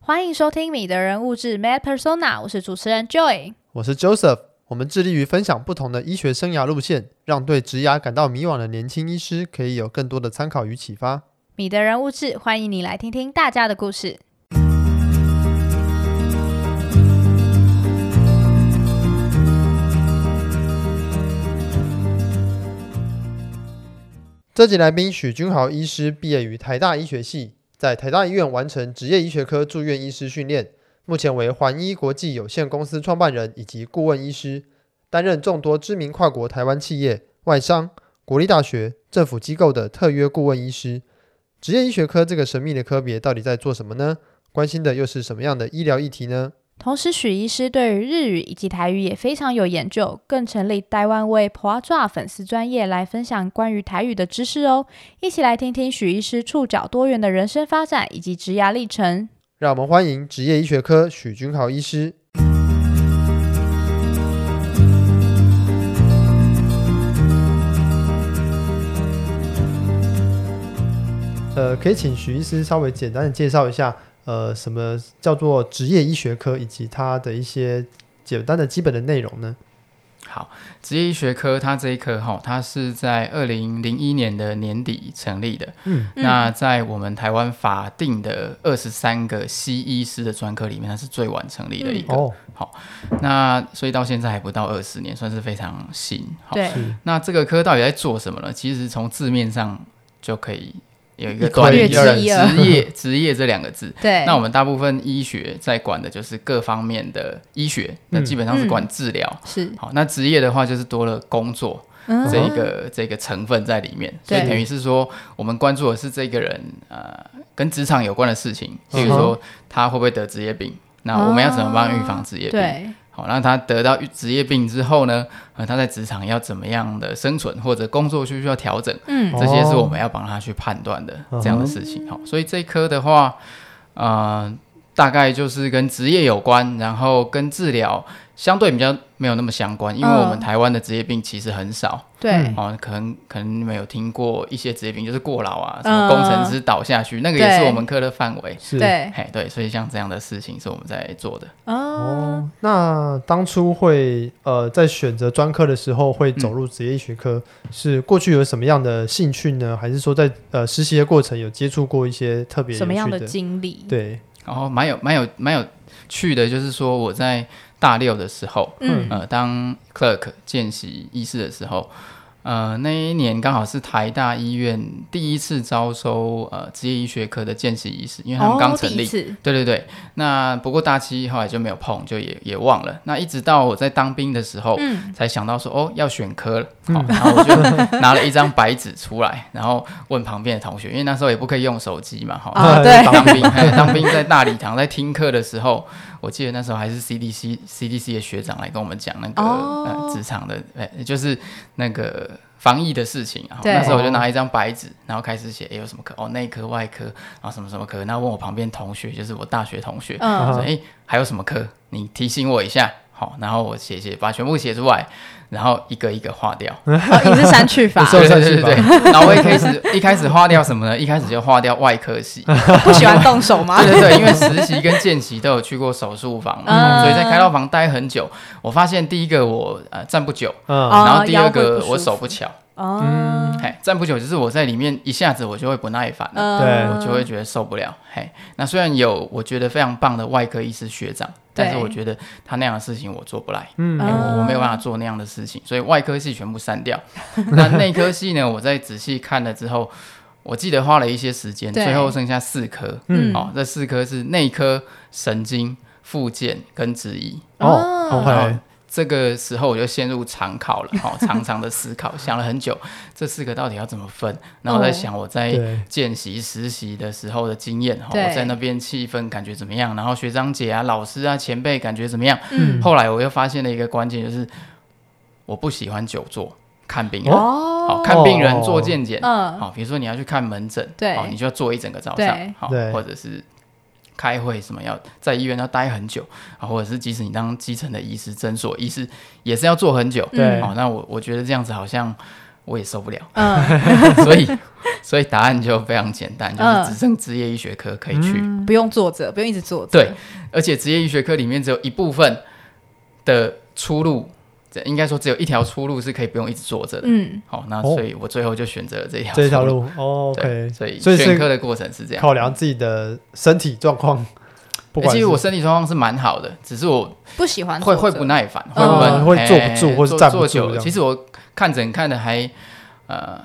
欢迎收听《米的人物志》Mad Persona，我是主持人 Joy。我是 Joseph，我们致力于分享不同的医学生涯路线，让对职涯感到迷惘的年轻医师可以有更多的参考与启发。米的人物志，欢迎你来听听大家的故事。这集来宾许君豪医师毕业于台大医学系，在台大医院完成职业医学科住院医师训练，目前为环医国际有限公司创办人以及顾问医师，担任众多知名跨国台湾企业、外商、国立大学、政府机构的特约顾问医师。职业医学科这个神秘的科别到底在做什么呢？关心的又是什么样的医疗议题呢？同时，许医师对于日语以及台语也非常有研究，更成立台湾为 p o a a 粉丝专业来分享关于台语的知识哦。一起来听听许医师触角多元的人生发展以及职涯历程。让我们欢迎职业医学科许君豪医师。呃，可以请许医师稍微简单的介绍一下，呃，什么叫做职业医学科，以及它的一些简单的基本的内容呢？好，职业医学科它这一科哈，它是在二零零一年的年底成立的。嗯，那在我们台湾法定的二十三个西医师的专科里面，它是最晚成立嗯的一个。哦，那所以到现在还不到二十年，算是非常新。好，对，是那这个科到底在做什么呢？其实从字面上就可以有一个一窥端略知倪，一二 职业职业这两个字。对，那我们大部分医学在管的就是各方面的医学，那嗯基本上是管治疗。是好，那职业的话就是多了工作嗯这一个、这个成分在里面，所对以等于是说我们关注的是这个人呃跟职场有关的事情，比嗯如说他会不会得职业病，那我们要怎么帮他预防职业病？对，好，那他得到职业病之后呢，呃，他在职场要怎么样的生存或者工作需不需要调整？嗯，这些是我们要帮他去判断的嗯哼这样的事情。好、所以这一科的话，呃，大概就是跟职业有关，然后跟治疗相对比较没有那么相关，因为嗯我们台湾的职业病其实很少。对，哦，可能可能你们有听过一些职业病，就是过劳啊，什嗯么工程师倒下去，那个也是对我们科的范围。是对，嘿，对，所以像这样的事情是我们在做的。哦，哦，那当初会呃在选择专科的时候会走入职业医学科，是过去有什么样的兴趣呢？还是说在呃实习的过程有接触过一些特别有什么样趣的的？经历？对，然后蛮有蛮有蛮有趣的，就是说我在大六的时候，嗯呃，当 clerk 见习医师的时候，呃，那一年刚好是台大医院第一次招收呃职业医学科的见习医师，因为他们刚哦成第立。一次对对对，那不过大七后来就没有碰，就也也忘了。那一直到我在当兵的时候，嗯，才想到说哦要选科了，好、然后我就拿了一张白纸出来，然后问旁边的同学，因为那时候也不可以用手机嘛，哈、啊呃对当兵， 嘿当兵在大礼堂在听课的时候，我记得那时候还是 CDC CDC 的学长来跟我们讲那个、哦呃职场的，呃、就是那个防疫的事情啊。对那时候我就拿一张白纸，然后开始写、诶有什么科哦内科外科，然后啊什么什么科，那问我旁边同学，就是我大学同学，嗯说哎、还有什么科，你提醒我一下。好，然后我写写，把全部写出来，然后一个一个划掉。啊哦，你是删去法，是有对上对去对吧对。然后我一开始 一开始划掉什么呢？一开始就划掉外科系，啊不喜欢动手吗？对对对，因为实习跟见习都有去过手术房嘛，嗯所以在开刀房待很久。我发现第一个我呃站不久，嗯，哦然后第腰会二不个舒我手服不巧，哦，嘿，站不久就是我在里面一下子我就会不耐烦了。对我就会觉得受不嗯了，嘿。那虽然有我觉得非常棒的外科医师学长，但是对我觉得他那样的事情我做不来，嗯嘿我我没有办法做那样的事情，所以外科系全部删掉。 那内科系呢，我在仔细看了之后，我记得花了一些时间，对最后剩下四科，嗯哦，这四科是内科、神经、附件跟质疑。哦哦，OK，然后这个时候我就陷入长考了，哦，长长的思考，想了很久，这四个到底要怎么分？然后哦我在想我在对，见习实习的时候的经验，哦，对我在那边气氛感觉怎么样？然后学长姐啊、老师啊、前辈感觉怎么样？嗯，后来我又发现了一个关键，就是我不喜欢久坐看病人，哦好看病人做健检，嗯，好，比如说你要去看门诊，对好，你就要坐一整个早对上，好对，或者是开会什么要在医院要待很久，啊，或者是即使你当基层的医师、诊所医师也是要做很久，对好，那我我觉得这样子好像我也受不了，嗯， 所以所以答案就非常简单，就嗯是只剩职业医学科可以去，嗯不用坐着，不用一直坐着。对，而且职业医学科里面只有一部分的出路，这应该说只有一条出路是可以不用一直坐着的。嗯，好、那哦所以我最后就选择了这条这条出路。哦对， OK，所以所以是选科的过程是这样。考量自己的身体状况，不欸管其是实我身体状况是蛮好的，只是我不喜欢会坐会着不耐烦，嗯会闷，会坐不欸住或是坐站不坐住久这了。样其实我看诊看的还呃，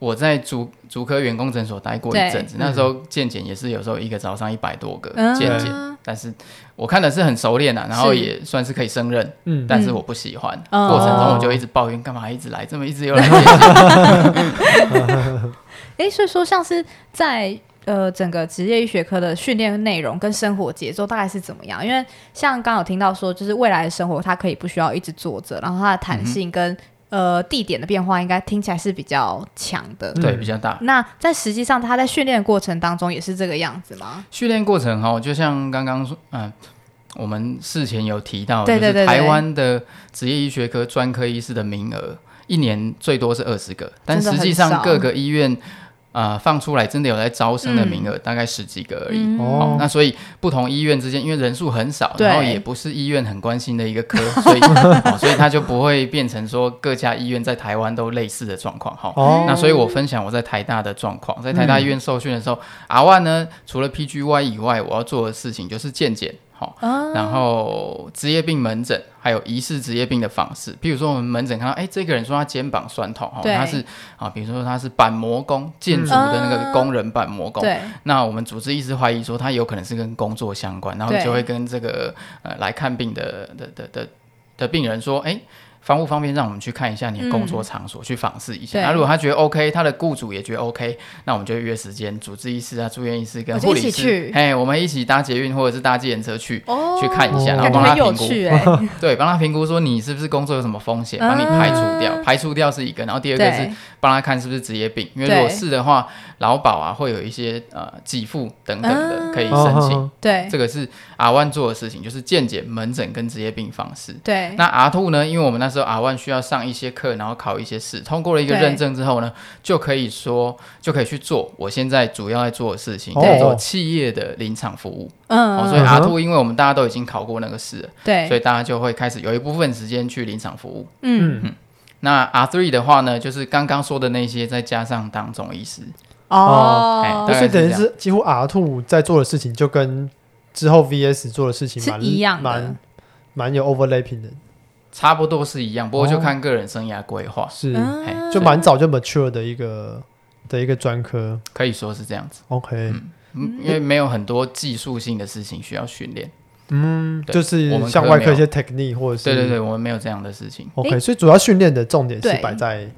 我在足足科员工诊所待过对一阵子，那时候健检也是有时候一个早上一百多个嗯健检，但是我看的是很熟练啊，然后是也算是可以胜任，嗯，但是我不喜欢。嗯过程中我就一直抱怨，干嘛一直来，这么一直又来健 检诶，所以说像是在呃整个职业医学科的训练内容跟生活节奏大概是怎么样？因为像刚刚有听到说，就是未来的生活它可以不需要一直坐着，然后它的弹性跟、呃地点的变化应该听起来是比较强的。嗯对，比较大。那在实际上，他在训练的过程当中也是这个样子吗？训练过程哈，就像刚刚说，嗯、我们事前有提到，对对对就是台对湾的职业医学科专科医师的名额，一年最多是二十个，但真的实很际少上各个医院啊放出来真的有在招生的名嗯额，大概十几个而已。哦那所以不同医院之间，因为人数很少，对然后也不是医院很关心的一个科，所以、 哦、所以它就不会变成说各家医院在台湾都类似的状况哈。哦，那所以，我分享我在台大的状况，在台大医院受训的时候，嗯阿万呢，除了 PGY 以外，我要做的事情就是健检，好、啊然后职业病门诊，还有疑似职业病的方式。比如说，我们门诊看到，哎，这个人说他肩膀酸痛，哦，对他是啊，比如说他是板模工，建筑的那嗯个工人板模工。对，那我们主治医师怀疑说，他有可能是跟工作相关，然后对就会跟这个呃来看病的的的的的病人说，哎。方不方便让我们去看一下你的工作场所，去访视一下？对那如果他觉得 OK，他的雇主也觉得 OK，那我们就约时间，主治医师啊、住院医师跟我就护一起理去师，哎，我们一起搭捷运或者是搭计程车去，哦去看一下然后感觉帮他很有评估趣哎、 欸，对，帮他评估说你是不是工作有什么风险，帮你排除掉，啊排除掉是一个，然后第二个是对，帮他看是不是职业病，因为对如果是的话，劳保啊会有一些呃给付等等啊的可以哦申请。哦对，这个是 R one 做的事情，就是健检、门诊跟职业病方式。对，那 R two 呢？因为我们那时候 R one 需要上一些课，然后考一些试，通过了一个对认证之后呢，就可以说就可以去做我现在主要在做的事情，哦叫做企业的临场服务。嗯，哦，所以嗯 R 哼 two 因为我们大家都已经考过那个试了，对，所以大家就会开始有一部分时间去临场服务。嗯，那 R three 的话呢，就是刚刚说的那些，再加上当中医师，哎哦大，概所以等于是这是几乎 R two 在做的事情，就跟之后 VS 做的事情是蛮一样的蛮蛮有 overlapping 的，差不多是一样，不过就哦看个人生涯规划，是、哎、嗯就蛮早就 mature 的一个的一个专科。可以说是这样子， OK，嗯，因为没有很多技术性的事情需要训练。嗯，对就是我们像科外没科一有些 technique 或者是对对对，我们没有这样的事情。 OK，诶所以主要训练的重点是对摆在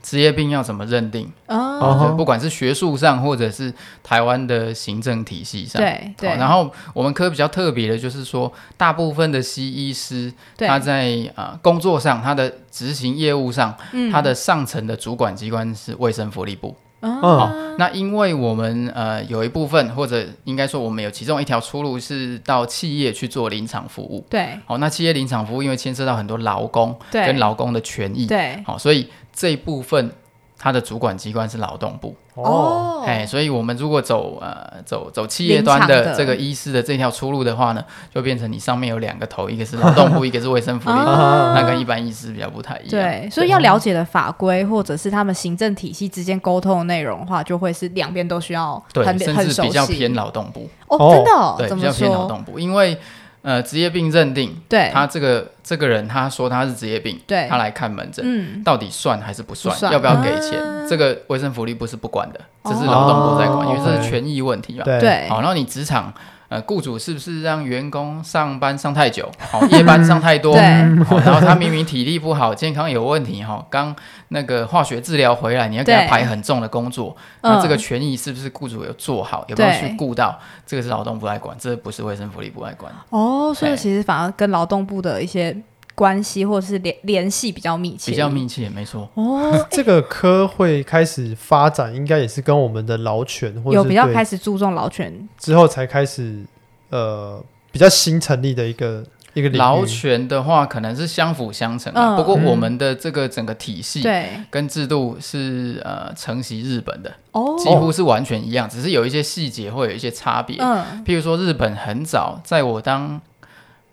职业病要怎么认定？哦，哦对不管是学术上，或者是台湾的行政体系上。对对，啊好然后我们科比较特别的就是说，大部分的西医师对他在啊工作上，他的执行业务上，嗯他的上层的主管机关是卫生福利部。哦嗯那因为我们呃有一部分，或者应该说我们有其中一条出路是到企业去做临场服务。对好、那企业临场服务因为牵涉到很多劳工对跟劳工的权益，对好、所以这一部分它的主管机关是劳动部。哦，哎，所以我们如果走呃走走企业端临场的的这个医师的这条出路的话呢，就变成你上面有两个头，一个是 劳动部，一个是卫生福利部，啊那跟一般医师比较不太一样。对，所以要了解的法规或者是他们行政体系之间沟通的内容的话，就会是两边都需要对，很甚很至熟比较悉偏劳动部，哦，哦真的哦对，怎比么较偏劳说？动部，因为呃职业病认定，对他这个这个人他说他是职业病，对他来看门诊。哎嗯，到底算还是不算？不算要不要给钱？啊这个卫生福利部是不管的，这是哦劳动部在管，因为这哦是权益问题嘛。对对好，然后你职场，呃，雇主是不是让员工上班上太久，好、夜嗯班上太多，对好然后他明明体力不好，健康有问题，哈、刚那个化学治疗回来，你要给他对排很重的工作，嗯那这个权益是不是雇主有做好，有没有对去顾到？这个是劳动部来管，这不是卫生福利部来管。哦，所以对其实反而跟劳动部的一些关系或者是联联系比较密切，比较密切，没错，哦，这个科会开始发展，应该也是跟我们的劳权或者有比较对开始注重劳权，之后才开始呃比较新成立的一个一个领域劳权的话，可能是相辅相成啊。嗯不过我们的这个整个体系对，跟制度是呃承袭日本的，哦，几乎是完全一样，只是有一些细节会有一些差别。嗯，譬如说，日本很早，在我当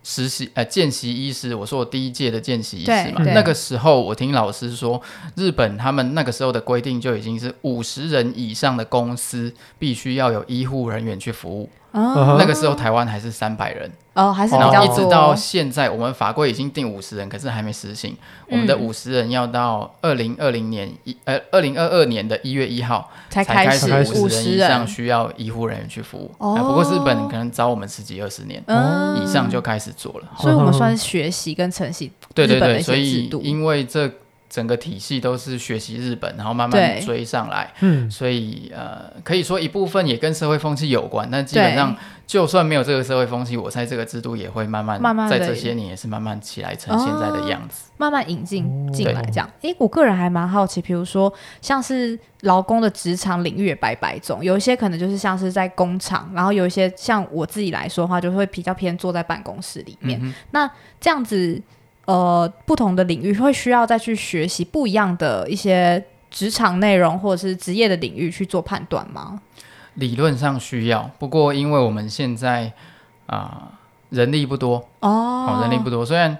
实习呃见习医师，我说我第一届的见习医师对嘛，对那个时候我听老师说，日本他们那个时候的规定就已经是五十人以上的公司必须要有医护人员去服务。哦那个时候台湾还是三百人，哦还是比然后较一直多到现在，我们法规已经定五十人，可是还没实行。我们的嗯五十人要到二零二零年一呃二零二二年的一月一号才才开始才开始五五十人以上人，需要医护人员去服务。哦啊不过日本可能早我们十几二十年、嗯，以上就开始做了。所以我们算是学习跟承袭对对日本的对，一所些以制度。因为这整个体系都是学习日本，然后慢对慢追上来，嗯，所以呃，可以说一部分也跟社会风气有关，但基本对上就算没有这个社会风气，我猜这个制度也会慢慢慢慢地在这些年也是慢慢起来成现在的样子。慢慢引进哦进来，这样。诶，我个人还蛮好奇，比如说像是劳工的职场领域也百百种，有一些可能就是像是在工厂，然后有一些像我自己来说的话，就会比较偏坐在办公室里哦面。嗯哼这样子，呃，不同的领域会需要再去学习不一样的一些职场内容或者是职业的领域去做判断吗？理论上需要，不过因为我们现在啊、人力不多，哦哦，人力不多，虽然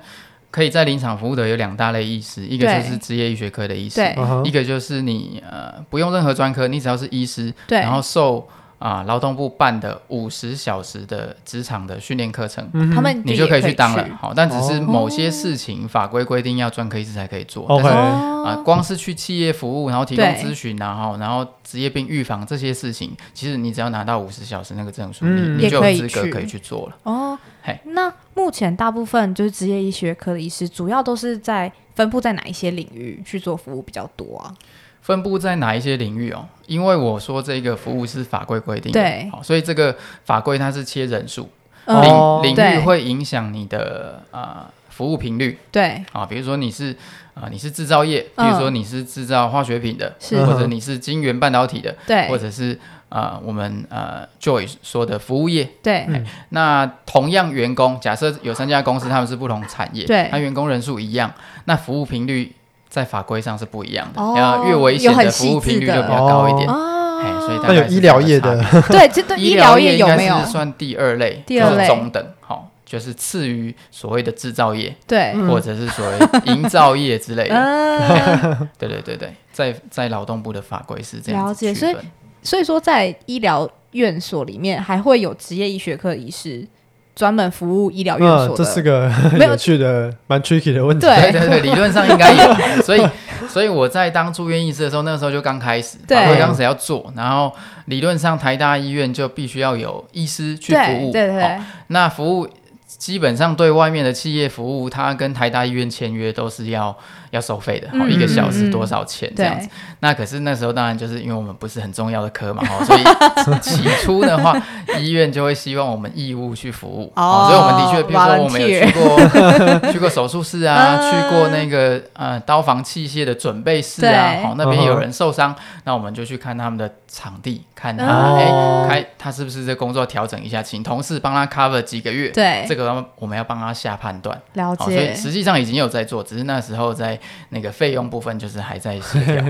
可以在临场服务的有两大类医师，一个对就是职业医学科的医师，对嗯哼一个就是你呃不用任何专科，你只要是医师，对，然后受啊劳、动部办的五十小时的职场的训练课程。嗯他们你也就可可以去当了，好，但只是哦某些事情法规规定要专科医师才可以做， OK 但是啊、哦，光是去企业服务，然后提供对咨询啊，然后然后职业病预防这些事情，其实你只要拿到五十小时那个证书，嗯你也你就可以有资格去可以去做了。哦嘿，那目前大部分就是职业医学科的医师，主要都是在分布在哪一些领域去做服务比较多啊？分布在哪一些领域哦？因为我说这个服务是法规规定的，对好，所以这个法规它是切人数，嗯，领领领对域会影响你的呃服务频率对，啊，比如说你是啊、呃你是制造业，比如说你是制造化学品的，嗯是或者你是晶圆半导体的，对，或者是呃我们呃 Joy 说的服务业，对，嗯那同样员工，假设有三家公司，他们是不同产业，对那员工人数一样，那服务频率在法规上是不一样的，哦然后越危险有很的细服务频率致就的比较高一点。哦哎，所以大那概有是医这样疗业差的别，对，这对医疗业业有应该没有是？算第二类，第二就类是中等，好、就是次于所谓的制造业，对，或者是所谓营造业之类的。嗯，对对对对，在在劳动部的法规是这样了子解区所以分所以说在医疗院所里面还会有职业医学科医师专门服务医疗院嗯，所哦这的，是个没有 有趣的、蛮 tricky 的问题。对对对对，理论上应该有。 所以，所以我在当住院医师的时候，那个时候就刚开始，对法规刚开始要做，然后理论上台大医院就必须要有医师去服对务。对对好，那服务基本上对外面的企业服务，它跟台大医院签约都是要要收费的，好、嗯一个小时多少钱这样子。对，那可是那时候当然就是因为我们不是很重要的科嘛，哦，所以起初的话，医院就会希望我们义务去服务，哦所以我们的确，比如说我们有去过 去过手术室啊，嗯去过那个呃刀房器械的准备室啊对，好、那边嗯哼有人受伤，那我们就去看他们的场地，看他哦哎、开他是不是这工作调整一下，请同事帮他 cover 几个月，对这个我们要帮他下判断。哦了好，所以解。实际上已经有在做，只是那时候在那个费用部分就是还在协调。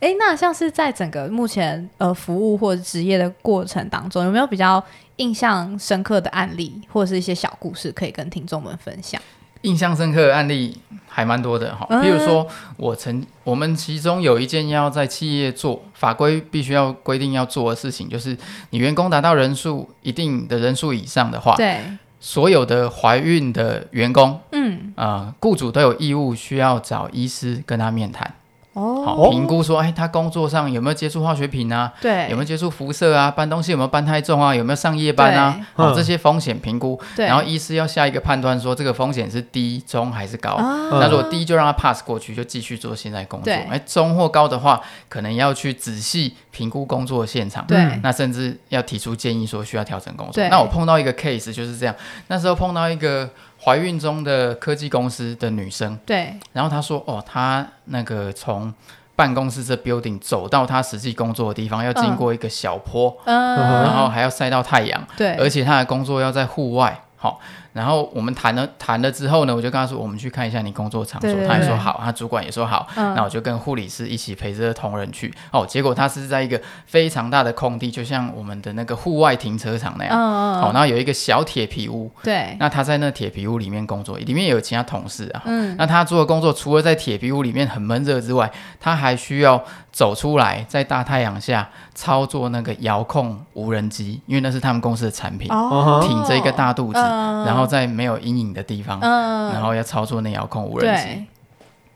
哎，那像是在整个目前呃服务或者职业的过程当中，有没有比较印象深刻的案例或者是一些小故事可以跟听众们分享？印象深刻的案例还蛮多的哈，嗯譬如说我曾我们其中有一件要在企业做法规必须要规定要做的事情，就是你员工达到人数一定的人数以上的话，对，所有的怀孕的员工，嗯，呃，雇主都有义务需要找医师跟他面谈，好哦，评估说，哎，他工作上有没有接触化学品啊，对，有没有接触辐射啊，搬东西有没有搬太重啊，有没有上夜班啊，好、嗯这些风险评估，对，然后医师要下一个判断说这个风险是低、中还是高。啊那如果低就让他 pass 过去，就继续做现在工作。对哎，中或高的话，可能要去仔细评估工作的现场。对那甚至要提出建议，说需要调整工对作。那我碰到一个 case 就是这样，那时候碰到一个怀孕中的科技公司的女生，对，然后她说，哦，她那个从办公室这 building 走到她实际工作的地方，要经过一个小坡，嗯，然后还要晒到太阳，对，而且她的工作要在户外。好、然后我们谈了谈了之后呢，我就跟他说，我们去看一下你工作场所。对对他也说对好，他主管也说好。嗯那我就跟护理师一起陪着同仁去。哦，结果他是在一个非常大的空地，就像我们的那个户外停车场那嗯样。嗯，好、嗯然后有一个小铁皮屋，对，那他在那铁皮屋里面工作，里面也有其他同事啊。嗯，那他做的工作除了在铁皮屋里面很闷热之外，他还需要走出来，在大太阳下操作那个遥控无人机，因为那是他们公司的产品，哦挺着一个大肚子，嗯然后在没有阴影的地方，嗯，然后要操作那遥控无人机。对，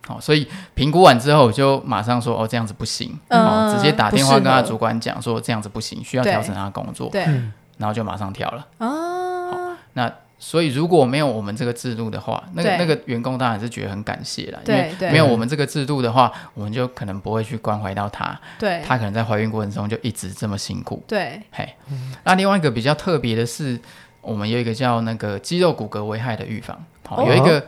好、所以评估完之后，我就马上说哦，这样子不行，嗯哦，直接打电话跟他不适合主管讲说这样子不行，需要对调整他的工作，对，然后就马上调了。哦，所以如果没有我们这个制度的话，那个对那个员工当然是觉得很感谢啦，因为对对，没有我们这个制度的话，我们就可能不会去关怀到她，对她可能在怀孕过程中就一直这么辛苦。对，嘿，那另外一个比较特别的是，我们有一个叫那个肌肉骨骼危害的预防，好、哦有一个。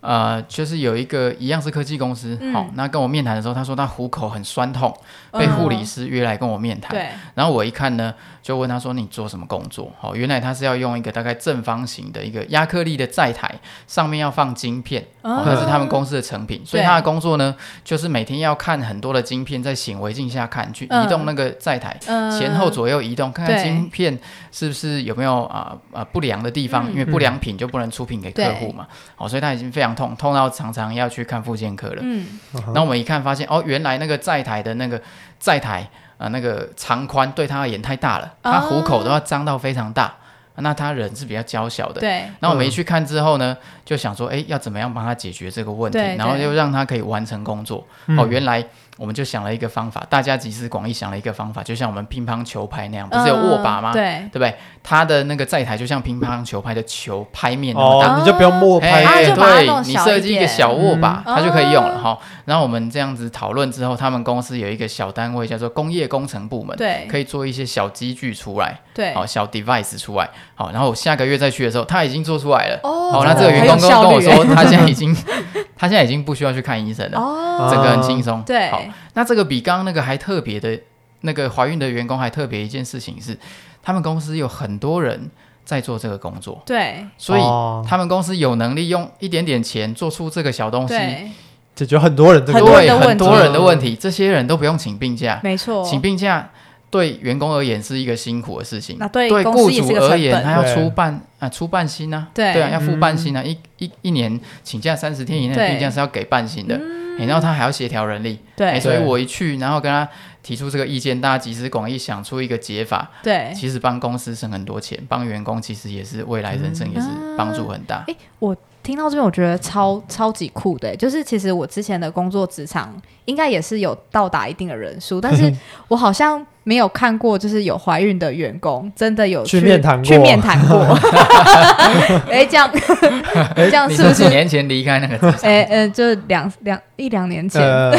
呃，就是有一个一样是科技公司，好、嗯那跟我面谈的时候，他说他虎口很酸痛，被护理师约来跟我面谈。对，然后我一看呢，就问他说你做什么工作？哦，原来他是要用一个大概正方形的一个亚克力的载台，上面要放晶片，哦，嗯那是他们公司的成品，所以他的工作呢，就是每天要看很多的晶片，在显微镜下看，去移动那个载台。嗯前后左右移动，看看对晶片是不是有没有啊啊、不良的地方，嗯因为不良品就不能出品给客户对嘛。好、所以他已经非常痛，痛到常常要去看复健科了。嗯啊然后我们一看发现，哦，原来那个载台的那个载台啊、呃那个长宽对他而言太大哦了，他虎口都要张到非常大，那他人是比较娇小的。对然后我们一去看之后呢，就想说，哎，要怎么样帮他解决这个问题，对然后对又让他可以完成工作。嗯嗯哦，原来我们就想了一个方法，大家集思广益想了一个方法，就像我们乒乓球拍那样，不是有握把吗？嗯对对。不对？他的那个载台就像乒乓球拍的球拍面那么大，哦，你就不用默哎，拍啊了，就把它弄对，你小设一计一个点小握把，嗯它就可以用了哈。然后我们这样子讨论之后，他们公司有一个小单位叫做工业工程部门，对可以做一些小机具出来，对，好小 device 出来，好。然后我下个月再去的时候，他已经做出来了。哦好，那这个员很工有跟效跟我率说，他现在 已经他现在已经不需要去看医生了，哦，啊整个很轻松。对好，那这个比刚刚那个还特别的，那个怀孕的员工还特别一件事情是，他们公司有很多人在做这个工作，对所以哦他们公司有能力用一点点钱做出这个小东西，对，解决很多人这个很多问人的题，对很问多题人的问题，这些人都不用请病假，没错，请病假对员工而言是一个辛苦的事情那，对对公雇司也主是个而成言本他要对出半啊出半薪啊，对嗯啊要付半薪啊，一一一年请假三十天以内的对嗯病假是要给半薪的，诶然后他还要协调人力，诶对哎所以对我一去，然后跟他提出这个意见，大家集思广益想出一个解法，对。其实帮公司省很多钱，帮员工其实也是未来人生也是帮助很大。诶听到这边，我觉得超超级酷的欸、就是其实我之前的工作职场应该也是有到达一定的人 数，但是我好像没有看过，就是有怀孕的员工真的有去面谈过去面谈过。 哎、这 样这样你是说不是几？年前离开那个 职场？哎、呃，就是两两一两年前。呃，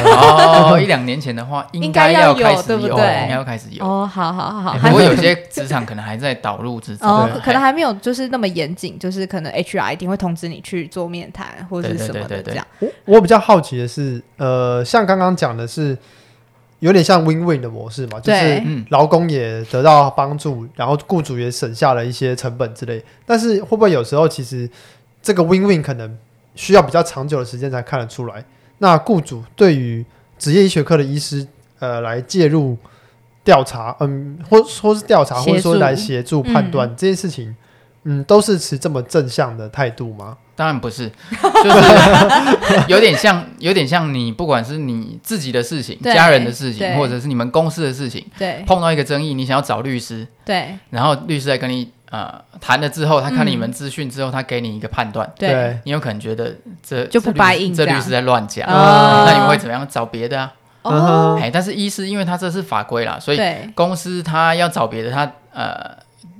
哦，一两年前的话，应该要有开始对有，不应对该要开始有。哎哦，好好好，不还过没有些职场可能还在导入之中，哦对，可能还没有就是那么严谨，就是可能 HR 一定会通知你去做面谈或者是对对什么对的对这对样。我我比较好奇的是，呃，像刚刚讲的是有点像 win-win 的模式嘛，就是对嗯，劳工也得到帮助，然后雇主也省下了一些成本之类。但是会不会有时候其实这个 win-win 可能需要比较长久的时间才看得出来？那雇主对于职业医学科的医师，呃，来介入调查，嗯，或说是调查，协助或者说来协助判断、这件事情，嗯，都是持这么正向的态度吗？当然 不是，就是 有点像，有点像你，不管是你自己的事情、对家人的事情，对或者是你们公司的事情，对碰到一个争议，你想要找律师，对然后律师来跟你呃谈了之后，他看嗯了你们资讯之后，他给你一个判断，对，你有可能觉得这就不这律师 buy in 这这律样师在乱讲，哦那你们会怎么样？找别的啊？哦，哎，但是医师因为他这是法规啦，所以对公司他要找别的，他呃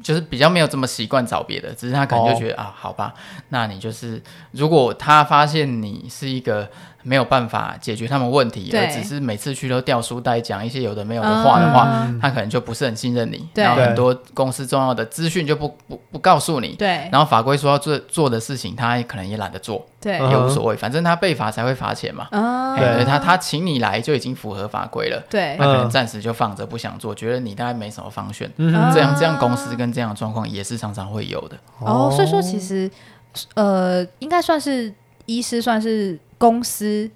就是比较没有这么习惯找别的，哦只是他可能就觉得、啊，好吧，那你就是如果他发现你是一个没有办法解决他们问题，对而只是每次去都掉书袋讲一些有的没有的话的话，嗯他可能就不是很信任你，对然后很多公司重要的资讯就不不不告诉你，对然后法规说要做做的事情，他可能也懒得做，对嗯也无所谓，反正他被罚才会罚钱嘛。啊哎对对他他哦请你来就已经符合法规了，对他可能嗯暂时就放着不想做，觉得你大概没什么方选。嗯啊这样这样公司跟这样的状况也是常常会有的。哦，所以说其实呃，应该算是医师，算是公司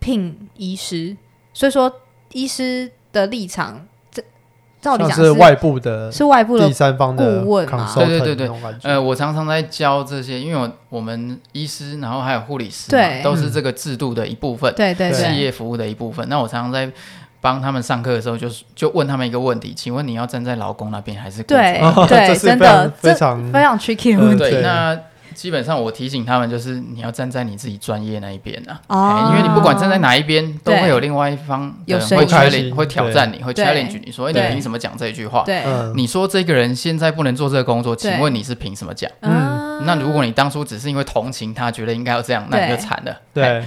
聘医师，所以说医师的立场，这照理像讲是外部的是外部的第三方的顾问嘛 consultant 对对对对那种感觉呃，我常常在教这些，因为我我们医师，然后还有护理师嘛，对嗯都是这个制度的一部分，对对对企对，业服务的一部分。那我常常在帮他们上课的时候就，是就问他们一个问题：请问你要站在劳工那边还是雇主对那边哦哎对这是真的非这常非非常常 tricky 的嗯问题呃对，对那基本上我提醒他们，就是你要站在你自己专业那一边啊。哦哎因为你不管站在哪一边，都对会有另外一方有的声人音会 challenge，对会挑战你，会对 challenge 你说，哎，你对凭什么讲这一句话？对，嗯你说这个人现在不能做这个工作，对请问你是凭什么讲？嗯啊那如果你当初只是因为同情他，觉得应该要这样，那你就惨了。哎，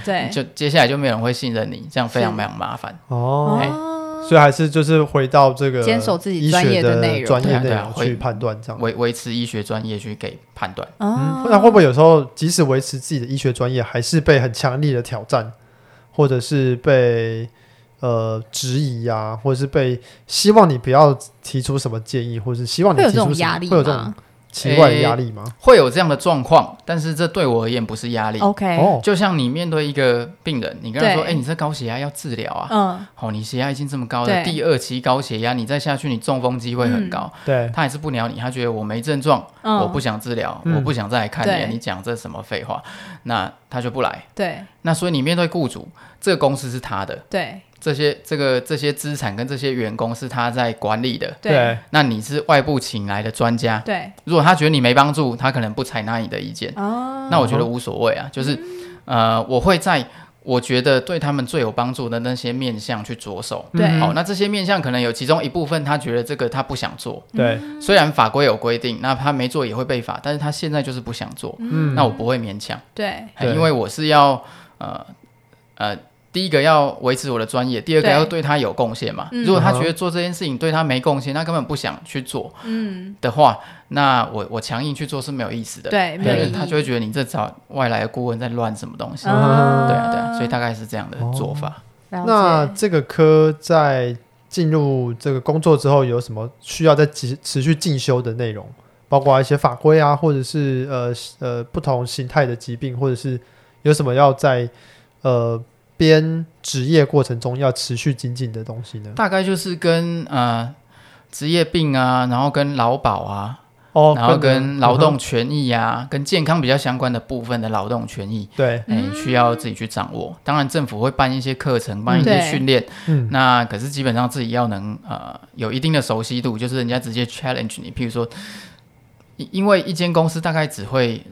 对对就接下来就没有人会信任你，这样非常非常麻烦。哦，哎哦所以还是就是回到这个坚守自己专业医学的的内容专业内对啊对啊容会去判断这样。维维持医学专业去给判断，哦嗯，那会不会有时候即使维持自己的医学专业，还是被很强力的挑战，或者是被呃质疑啊，或者是被希望你不要提出什么建议，或是希望你会有提这出种什压么力会有这种吗奇怪的诶压力吗？会有这样的状况，但是这对我而言不是压力。 ？OK，哦，就像你面对一个病人，你跟他说：“对哎，你这高血压要治疗啊，嗯，哦，你血压已经这么高了，对第二期高血压，你再下去你中风机会很高。对，他还是不鸟你，他觉得我没症状，嗯我不想治疗，嗯我不想再来看对你，你讲这什么废话？那他就不来。对那所以你面对雇主，这个公司是他的，对这些这个这些资产跟这些员工是他在管理的。对对，那你是外部请来的专家，对如果他觉得你没帮助，他可能不采纳你的意见。哦，那我觉得无所谓啊，就是嗯呃，我会在我觉得对他们最有帮助的那些面向去着手。对好，那这些面向可能有其中一部分，他觉得这个他不想做，嗯对，虽然法规有规定，那他没做也会被罚，但是他现在就是不想做，嗯那我不会勉强，对对因为我是要呃呃，第一个要维持我的专业，第二个对要对他有贡献嘛。嗯如果他觉得做这件事情对他没贡献，他根本不想去做嗯的话，那我我强硬去做是没有意思的。对，没因有为意义他就会觉得你这找外来的顾问在乱什么东西。啊对啊，对啊，所以大概是这样的做法。了解那这个科在进入这个工作之后，有什么需要再持持续进修的内容？包括一些法规啊，或者是呃呃不同形态的疾病，或者是有什么要在呃编职业过程中要持续精进的东西呢？大概就是跟呃职业病啊，然后跟劳保啊，哦，然后跟劳嗯动权益啊，跟健康比较相关的部分的劳动权益，对，哎、需要自己去掌握。当然，政府会办一些课程，办一些对训练，嗯那可是基本上自己要能呃有一定的熟悉度，就是人家直接 challenge 你，譬如说，因因为一间公司大概只会。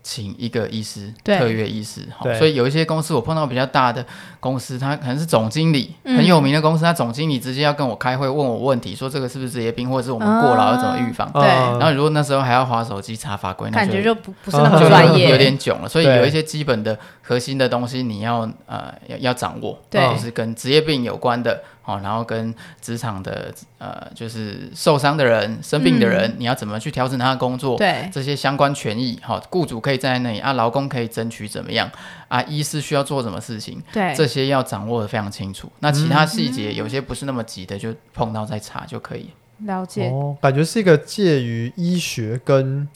请一个医师，对特约医师，好对所以有一些公司我碰到比较大的公司，他可能是总经理，嗯很有名的公司，他总经理直接要跟我开会，问我问题，说这个是不是职业病，或者是我们过劳要怎么预防。对呃然后如果那时候还要划手机查法规，那哦感就觉就不不是那很么哦就专有业，点囧了。所以对有一些基本的核心的东西，你要呃要要掌握，哦对就是跟职业病有关的哦，然后跟职场的呃就是受伤的人、生病的人，你要怎么去调整他的工作？嗯对这些相关权益，好、雇主可以站在那里啊，劳工可以争取怎么样啊，医师需要做什么事情，对嗯这些要掌握的非常清楚。那其他细节有些不是那么急的，就碰到再查就可以了。了解哦，感觉是一个介于医学跟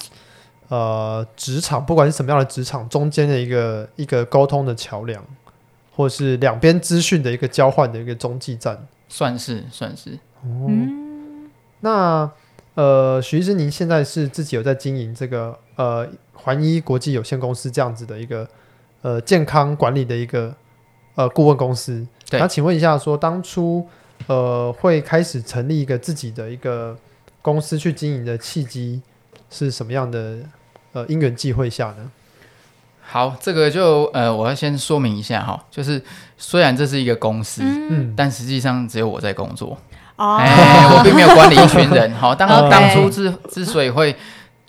呃职场，不管是什么样的职场中间的一个一个沟通的桥梁，或是两边资讯的一个交换的一个中继站。算是算是，嗯那呃，徐医师，您现在是自己有在经营这个呃环医国际有限公司这样子的一个呃健康管理的一个呃顾问公司。对那请问一下说当初呃会开始成立一个自己的一个公司去经营的契机是什么样的呃因缘际会下呢？好，这个就呃，我要先说明一下哈，就是虽然这是一个公司，嗯嗯，但实际上只有我在工作，哦哎、 我并没有管理一群人。好，当 OK 当初之之所以会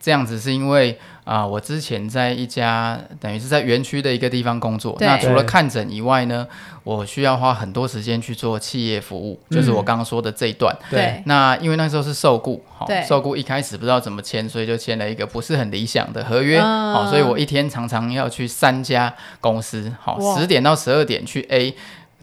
这样子，是因为啊、我之前在一家等于是在园区的一个地方工作，对那除了对看诊以外呢，我需要花很多时间去做企业服务，就是我嗯刚刚说的这一段。对，那因为那时候是受雇，好、对受雇一开始不知道怎么签，所以就签了一个不是很理想的合约，嗯好、所以我一天常常要去三家公司，好、哇十点到十二点去 A。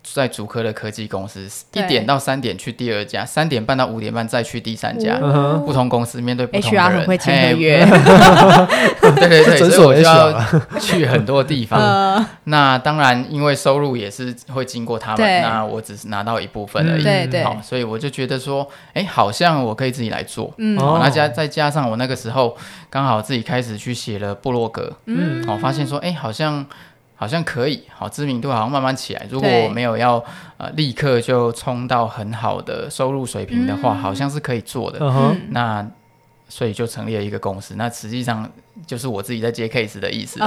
在竹科的科技公司，一对点到三点去第二家，三点半到五点半再去第三家，嗯哼不同公司面对不同的 HR 人，很会签嘿合，约， 对对这对，诊所以我所啊就 HR 要 去很多地 方。呃，那当然，因为收入也是会经过他对嗯们，那我只是拿到一部分而已。对对好，所以我就觉得说，哎，好像我可以自己来做。嗯哦好那加再加上我那个时候刚好自己开始去写了部落格，嗯，好、发现说，哎，好像好像可以，好知名度好像慢慢起来。如果对我没有要呃立刻就冲到很好的收入水平的话，嗯好像是可以做的。嗯哼，嗯那所以就成立了一个公司，那实际上就是我自己在接 case 的意思，哦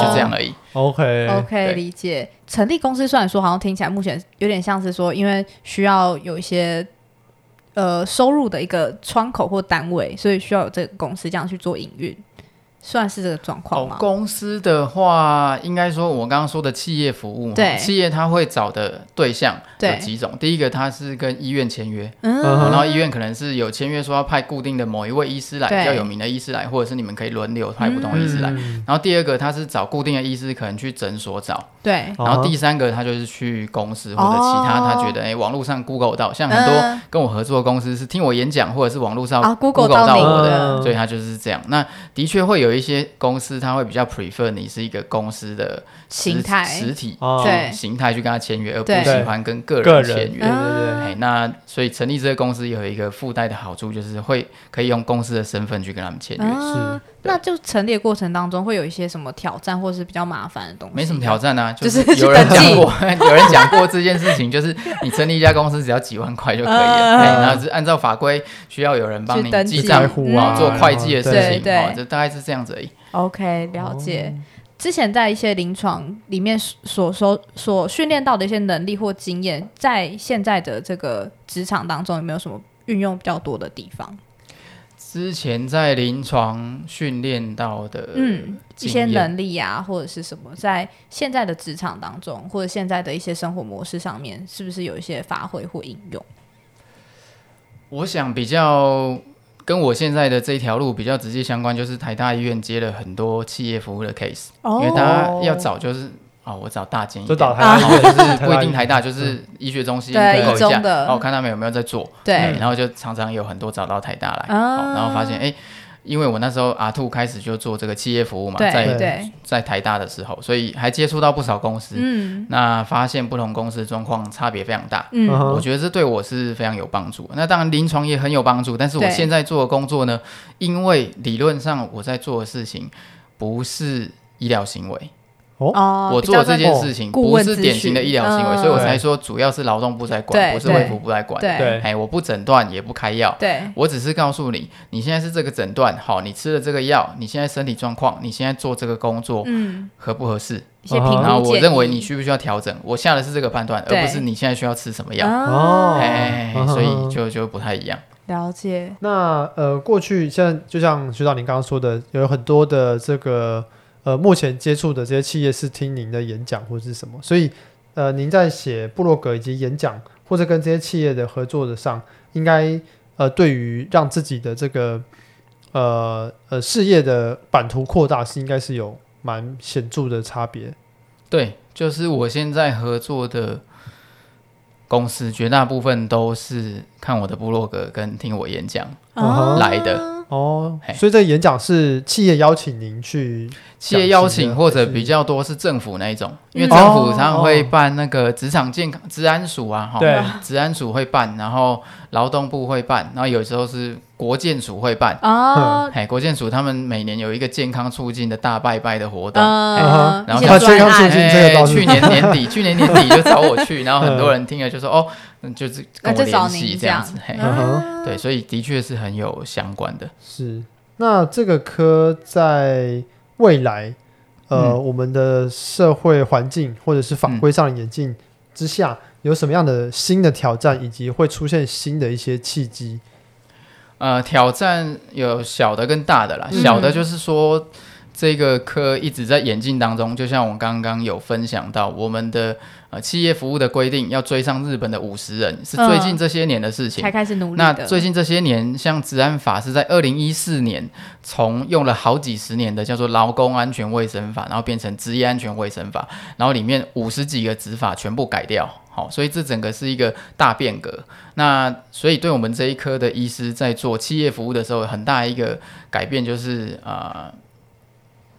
哎就这样而已。 ，OK， OK，对理解。成立公司虽然说好像听起来目前有点像是说，因为需要有一些呃收入的一个窗口或单位，所以需要有这个公司这样去做营运，算是这个状况吗？哦公司的话，应该说我刚刚说的企业服务，对企业它会找的对象有对几种，第一个它是跟医院签约。嗯然后医院可能是有签约说要派固定的某一位医师来，对比较有名的医师来，或者是你们可以轮流派不同嗯医师来。然后第二个，他是找固定的医师，可能去诊所找，对，然后第三个，他就是去公司或者其他，哦他觉得哎、诶网络上 Google 到，像很多嗯跟我合作的公司是听我演讲或者是网络上啊，Google 到你我的所以他就是这样。那的确会有一些公司，他会比较 prefer 你是一个公司的实形态，实体哦啊对形态去跟他签约，而不对嗯喜欢跟个个人人，签对对约。对，哎，那所以成立这个公司有一个附带的好处，就是会可以用公司的身份去跟他们签约，嗯是，那就成立的过程当中会有一些什么挑战，或是比较麻烦的东西？没什么挑战啊，就就是是去有人登记讲过， 有人讲过这件事情，就是你成立一家公司只要几万块就可以了，嗯哎然后是按照法规需要有人帮去你登记嗯记账开户啊啊，做会计的事对情，对哦，这大概是这样子而已。 OK，了解。哦之前在一些临床里面所所所训练到的一些能力或经验，在现在的这个职场当中，有没有什么运用比较多的地方？之前在临床训练到的，嗯，一些呃经验能力啊，或者是什么，在现在的职场当中，或者现在的一些生活模式上面，是不是有一些发挥或应用？我想比较跟我现在的这条路比较直接相关，就是台大医院接了很多企业服务的 case，因哦为大家要找就是。哦，我找大间一就点，找台大然后医院就是 台不一大定医台大，就是医学中心对 Google 一一中下，的然后看他们有没有在做，嗯对，然后就常常有很多找到台大来，啊好然后发现哎、因为我那时候阿兔开始就做这个企业服务嘛，对在对，在台大的时候，所以还接触到不少公司，嗯那发现不同公司的状况差别非常大。嗯嗯我觉得这对我是非常有帮助。那当然，临床也很有帮助。但是我对现在做的工作呢，因为理论上我在做的事情不是医疗行为，哦，我比做较的这在件哦事情顾不问是咨典型的医疗行为，询所以我嗯才说主要是劳动部在对管，不是对卫福部在管。对对哎，我不诊断也不开药，对我只是告诉你，你现在是这个诊断，好，你吃了这个药，你现在身体状况，你现在做这个工作嗯合不合适？一些评嗯哼估然后哦我建认为议你需不需要调整？我下的是这个判断，对而不是你现在需要吃什么药。啊哦哎，嗯所嗯以就就不太一样。了解，那呃，过去现在就像学长您刚刚说的，有很多的这个呃，目前接触的这些企业是听您的演讲或是什么，所以呃，您在写部落格以及演讲或者跟这些企业的合作的上，应该呃，对于让自己的这个呃呃事业的版图扩大是应该是有蛮显著的差别。对，就是我现在合作的公司，绝大部分都是看我的部落格跟听我演讲。啊来的哦嘿，所以这演讲是企业邀请您去企业邀请或者讲师比较多是政府那一种，因为嗯政府哦常常会办那个职场健康、治安署啊，哈，对治安署会办，然后劳动部会办，然后有时候是国建署会办。啊，哎，国建署他们每年有一个健康促进的大拜拜的嗯活动，呃，然一后些他专健康促案进这个哎倒是去年年底，去年年底就找我去，然后很多人听了就说哦，嗯就是那就跟我找联您系这这样样子，嘿，嗯啊哼对，所以的确是很有相关的。是，那这个科在未来，呃，嗯我们的社会环境或者是法规上的演进之下，有什么样的新的挑战，以及会出现新的一些契机？呃，挑战有小的跟大的啦。小的就是说，这个科一直在演进当中，就像我刚刚有分享到，我们的呃企业服务的规定要追上日本的五十人，是最近这些年的事情。才开始努力那的。最近这些年，像治安法是在二零一四年从用了好几十年的叫做劳工安全卫生法，然后变成职业安全卫生法，然后里面五十几个执法全部改掉。好，所以这整个是一个大变革。那所以对我们这一科的医师在做企业服务的时候，很大一个改变就是呃，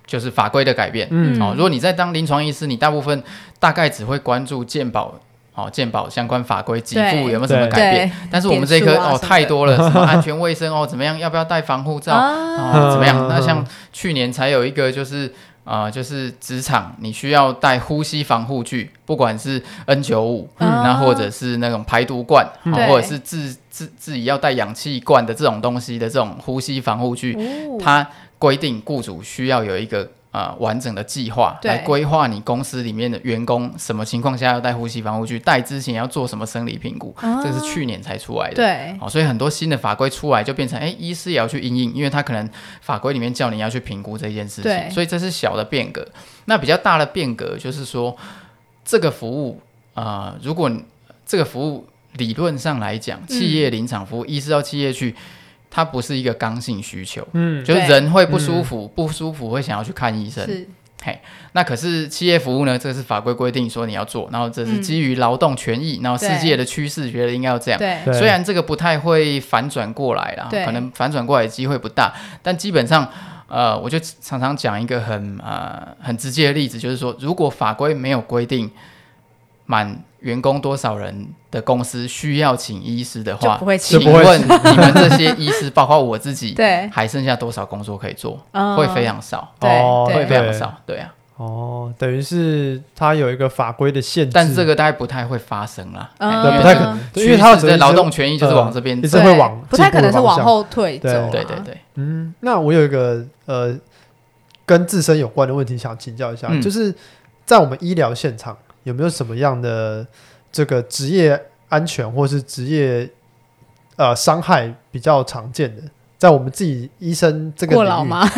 就是法规的改变。嗯哦，如果你在当临床医师，你大部分大概只会关注健保。哦，健保相关法规给付对有没有什么对改变？对但是我们这一科、点数啊哦什么的太多 了，什么安全卫生哦，怎么样，要不要戴防护罩、啊哦，怎么嗯样？那像去年才有一个就是。啊、就是职场你需要戴呼吸防护具，不管是 N 9 5嗯那或者是那种排毒罐，嗯哦对或者是自自自己要带氧气罐的这种东西的这种呼吸防护具，哦它规定雇主需要有一个呃完整的计划对来规划你公司里面的员工什么情况下要戴呼吸防护具，戴之前要做什么生理评估，啊这个是去年才出来的。对哦，所以很多新的法规出来，就变成哎，诶医师也要去应应，因为他可能法规里面叫你要去评估这件事对情，所以这是小的变革。那比较大的变革就是说，这个服务啊、呃如果你这个服务理论上来嗯讲，企业临场服务，医师到企业去，它不是一个刚性需求，嗯，就是对人会不舒服，不舒服会想要去看医生。是那可是企业服务呢，这是法规规定说你要做，然后这是嗯基于劳动权益，然后世对界的趋势觉得应该要这样。对对虽然这个不太会反转过来啦对，可能反转过来的机会不大，但基本上，呃，我就常常讲一个很呃很直接的例子，就是说，如果法规没有规定满员工多少人的公司需要请医师的就话不，会是请请不会问你们这些医师，包括我自己，对，还剩下多少工作可以做？ 嗯会非常少，对哦对会非常对少，对啊。哦，等于是它有一个法规的限制，但这个大概不太会发生啦，嗯哎对因不为太这可个能，因趋为它势只的能劳动权益就是往这边一直走，啊会对往不太进步可的能是方往向后退走啊啊啦，对对对。嗯，那我有一个呃跟自身有关的问题想请教一下，嗯就是在我们医疗现场有没有什么样的这个职业安全或是职业呃伤害比较常见的？在我们自己医生这个过领劳域吗？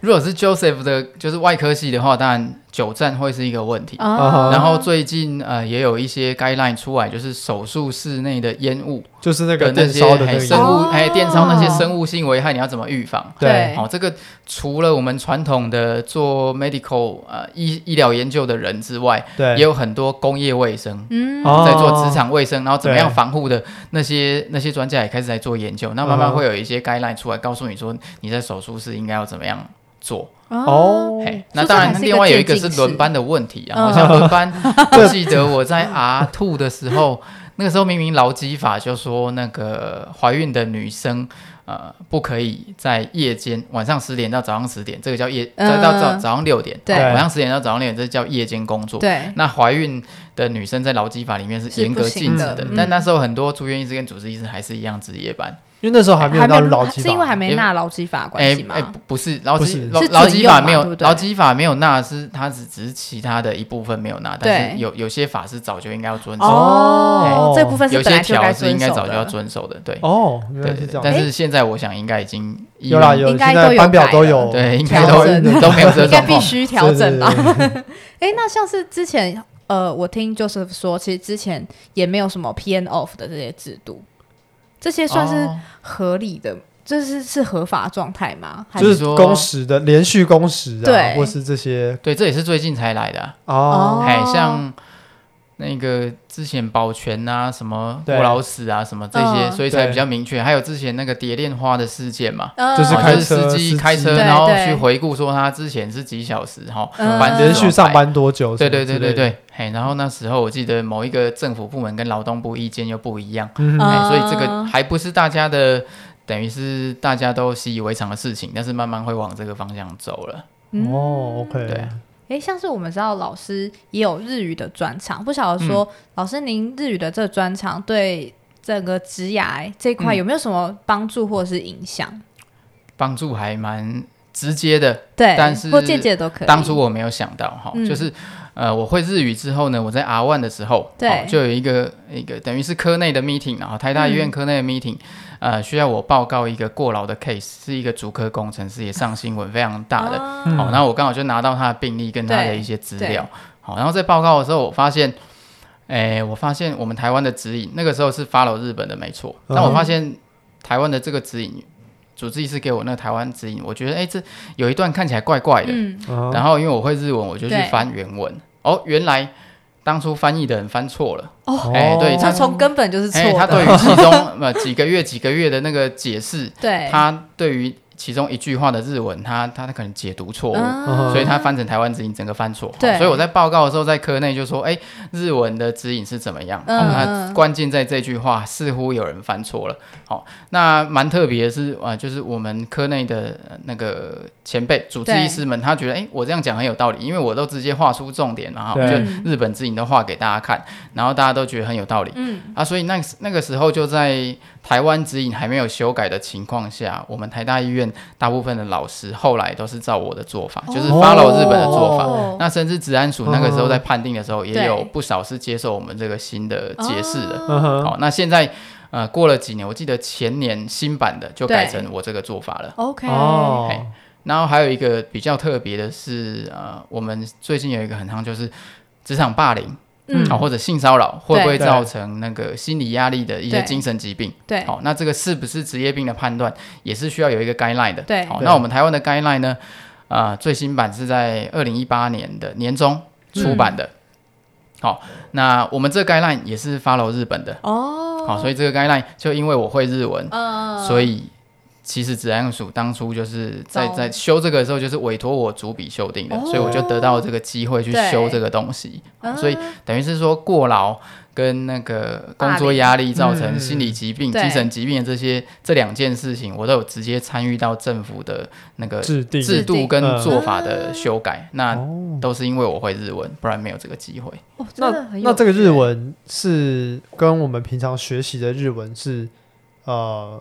如果是 Joseph 的，就是外科系的话，当然久站会是一个问题。啊然后最近呃也有一些 guideline 出来，就是手术室内的烟雾就是那个跟那电些烧的那嘿个生原因哦物还有电烧那些哦生物性危害，你要怎么预防？哦对好、这个除了我们传统的做 medical 呃医医疗研究的人之外，对，也有很多工业卫生。嗯哦在做职场卫生，然后怎么样对防护的那些那些专家也开始在做研究，那慢嗯慢哼会有一些 guideline 出来，告诉你说你在手术室应该要怎么样做。哦，嘿，所那以当这还然，是一另个外有渐一个是进轮式班的问题啊。好嗯像 轮班，我记得我在 R two 的时候， 那个时候明明劳基法就说那个怀孕的女生，呃，不可以在夜间晚上十点到早上十点，这个叫夜，嗯再到早早上六点，对晚上十点到早上六点，这叫夜间工哦作。对那怀孕的女生在劳基法里面是是严不格行禁止的的嗯，但那时候很多住院医师跟主治医师还是一样值夜班。因为那时候还没有到劳基是因为法，还没纳劳基法的关系吗？哎不不是劳不基是劳是劳准基用法嘛没对有不对劳基法没有纳是它只只是其他的一部分没有纳，但对是有有些法是早就应该要遵守，哦，哎这部分有是本些来就遵条是守应该早就的要哎遵守的，对。哦，原对来是对这样，对，但是现在我想应该已经医 有啦院有，应现该在都有班表改都了有对应该调都整 都没有 这应该种必况，须调整对了。对对对哎，那像是之前呃，我听 Joseph 说，其实之前也没有什么 PN off 的这些制度，这些算是哦合理的，这是是合法状态吗？还就是是工时的连续工时啊，对或是这些对，这也是最近才来的啊，哦，哎哦，像那个之前保全啊，什么对过劳死啊，什么这些，嗯所以才对比较明确。还有之前那个蝶恋花的事件嘛，呃就是哦开车司司机机开车，对然后对去回顾说他之前是几小时哈，嗯班次连怎么续上排。班多久？对对对对，对，嘿，然后那时候我记得某一个政府部门跟劳动部意见又不一样，嗯嗯哼，哎、所以这个啊还不是大家的，等于是大家都习以为常的事情，但是慢慢会往这个方向走了。嗯哦，OK，对诶，像是我们知道老师也有日语的专场，不晓得说、嗯老师您日语的这个专场对整个职涯这一块嗯有没有什么帮助或者是影响？帮助还蛮直接的，对，但是或间接都可以。当初我没有想到哈、嗯就是呃，我会日语之后呢，我在 R one 的时候，对哦就有一个一个等于是科内的 meeting，然后台大医院嗯科内的 meeting，、呃，需要我报告一个过劳的 case，是一个主科工程师，也上新闻非常大的。啊嗯好、然后我刚好就拿到他的病历跟他的对一些资对料。好，然后在报告的时候，我发现，哎，我发现我们台湾的指引，那个时候是 follow 日本的没错，嗯但我发现台湾的这个指引，主治医师给我那个台湾指引，我觉得哎，这有一段看起来怪怪的。嗯，哦然后因为我会日文，我就去对翻原文。哦，原来当初翻译的人翻错了。哦，哎对他他从根本就是错哎，他的，对于其 中呃几个月几个月的那个解释，对，他对于其中一句话的日文，他他他可能解读错误。啊所以他翻成台湾指引，整个翻错。对所以我在报告的时候，在科内就说，哎、日文的指引是怎么样？嗯哦嗯那关键在这句话，似乎有人翻错了。好、那蛮特别的是，啊、就是我们科内的呃那个前辈主治对医师们，他觉得，哎、我这样讲很有道理，因为我都直接画出重点，然后对就嗯日本指引都画给大家看，然后大家都觉得很有道理。嗯，啊，所以那个时那个时候就在台湾指引还没有修改的情况下，我们台大医院大部分的老师后来都是照我的做法，就是 follow 日本的做法。哦那甚至治安署那个时候在哦判定的时候，也有对不少是接受我们这个新的解释的。嗯哦哼好、那现在呃过了几年，我记得前年新版的就改对成我这个做法了。 OK，哦，然后还有一个比较特别的是，呃，我们最近有一个很夯，就是职场霸凌。嗯，好、或者性骚扰会不会对造成那个心理压力的一些对精神疾病？对，好、那这个是不是职业病的判断，也是需要有一个 guideline 的。对好、对那我们台湾的 guideline 呢？啊、最新版是在二零一八年的年中嗯出版的。好、那我们这个 guideline 也是 follow 日本的。哦，好、所以这个 guideline 就因为我会日文，嗯，所以其实治安署当初就是在懂在修这个的时候，就是委托我主笔修订的，哦所以我就得到这个机会去修对这个东西。啊所以等于是说过劳跟那个工作压力造成心理疾病、嗯对精神疾病的这些这两件事情，我都有直接参与到政府的那个制定制度嗯跟做法的修改。那哦，都是因为我会日文，不然没有这个机会。哦真的那很有那这个趣日文是跟我们平常学习的日文是呃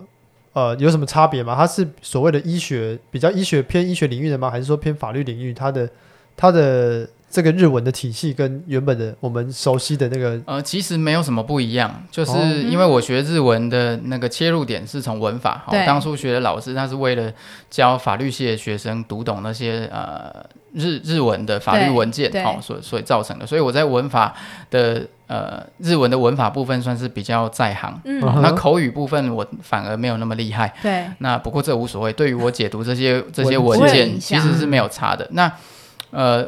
呃有什么差别吗？它是所谓的医学比较医学偏医学领域的吗？还是说偏法律领域？它的它的这个日文的体系跟原本的我们熟悉的那个呃，其实没有什么不一样，就是哦因为我学日文的那个切入点是从文法。好对当初学的老师他是为了教法律系的学生读懂那些呃日日文的法律对文件对，好、所所以造成的。所以我在文法的呃日文的文法部分算是比较在行，嗯嗯，哼那口语部分我反而没有那么厉害。对，那不过这无所谓，对于我解读这些这些文文不字会有件影其响实是没有差的。那呃，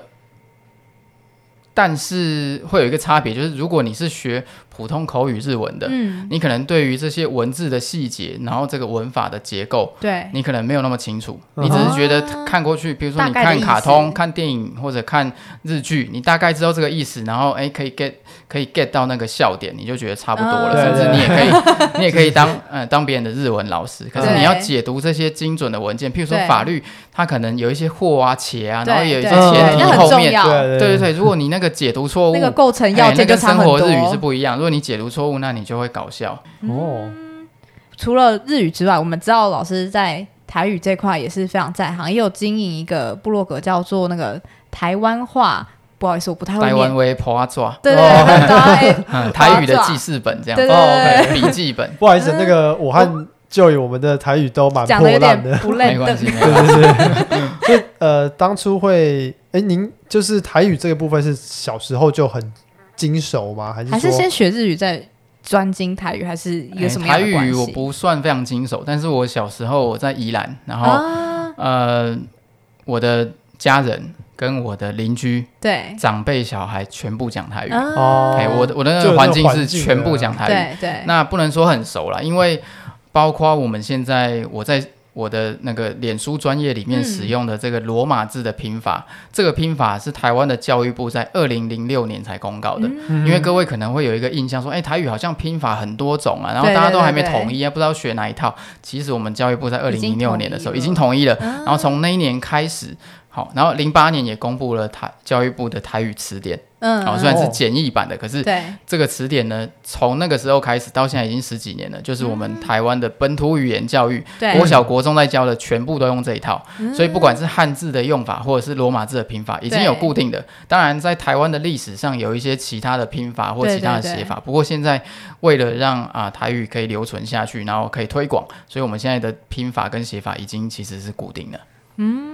但是会有一个差别，就是如果你是学普通口语日文的，嗯，你可能对于这些文字的细节，然后这个文法的结构。对，你可能没有那么清楚，嗯你只是觉啊得看过去，比如说你大概的看意思卡通、看电影或者看日剧，你大概知道这个意思，然后哎可以 get 可以 get 到那个笑点，你就觉得差不多了，嗯甚至对你也可以 你也可以当呃当别人的日文老师，可是对你要解读这些精准的文件，譬如说对法律，它可能有一些或啊、且啊，然后对也有一些对嗯前对提那很后重面，要对对对对，如果你那个解读错误，那个构成要哎那件就个差生很活多。日语是不一样，如果你解读错误，那你就会搞笑。嗯哦除了日语之外，我们知道老师在台语这块也是非常在行，也有经营一个部落格叫做那个台湾话。不好意思，我不太会台湾念。为婆阿抓，对对对，台湾 哎嗯， 台语的记事本这样对对，哦对，笔记 本。不好意思，那个我和就以我们的台语都蛮哦讲破的有烂点的。不没认关真 系，。没关系。呃，当初会哎，您就是台语这个部分是小时候就很精熟吗？还是还是说先学日语再专精台语，还是一个什么样哎台的关语系？我不算非常精熟，但是我小时候我在宜兰，然后啊，呃，我的家人跟我的邻居对，长辈小孩全部讲台语，啊哎，我的我的那就有那个环个境环是境的全部讲台语，对对，那不能说很熟啦，因为包括我们现在我在。我的那个脸书专业里面嗯使用的这个罗马字的拼法，这个拼法是台湾的教育部在二零零六年才公告的。嗯嗯因为各位可能会有一个印象说，哎、台语好像拼法很多种啊，然后对大家都还没对对统一啊，不知道学哪一套。其实我们教育部在二已零经零统六一年的时候了已经统一了，啊然后从那一年开始，好，然后零八年也公布了台教育部的台语词典，嗯，好、虽然是简易版的，可是对，这个词典呢，从那个时候开始到现在已经十几年了，就是我们台湾的本土语言教育，嗯对国小、国中在教的全部都用这一套，嗯所以不管是汉字的用法或者是罗马字的拼法，已经有固定的。当然，在台湾的历史上有一些其他的拼法或对其他的对对写法，不过现在为了让啊、台语可以留存下去，然后可以推广，所以我们现在的拼法跟写法已经其实是固定的。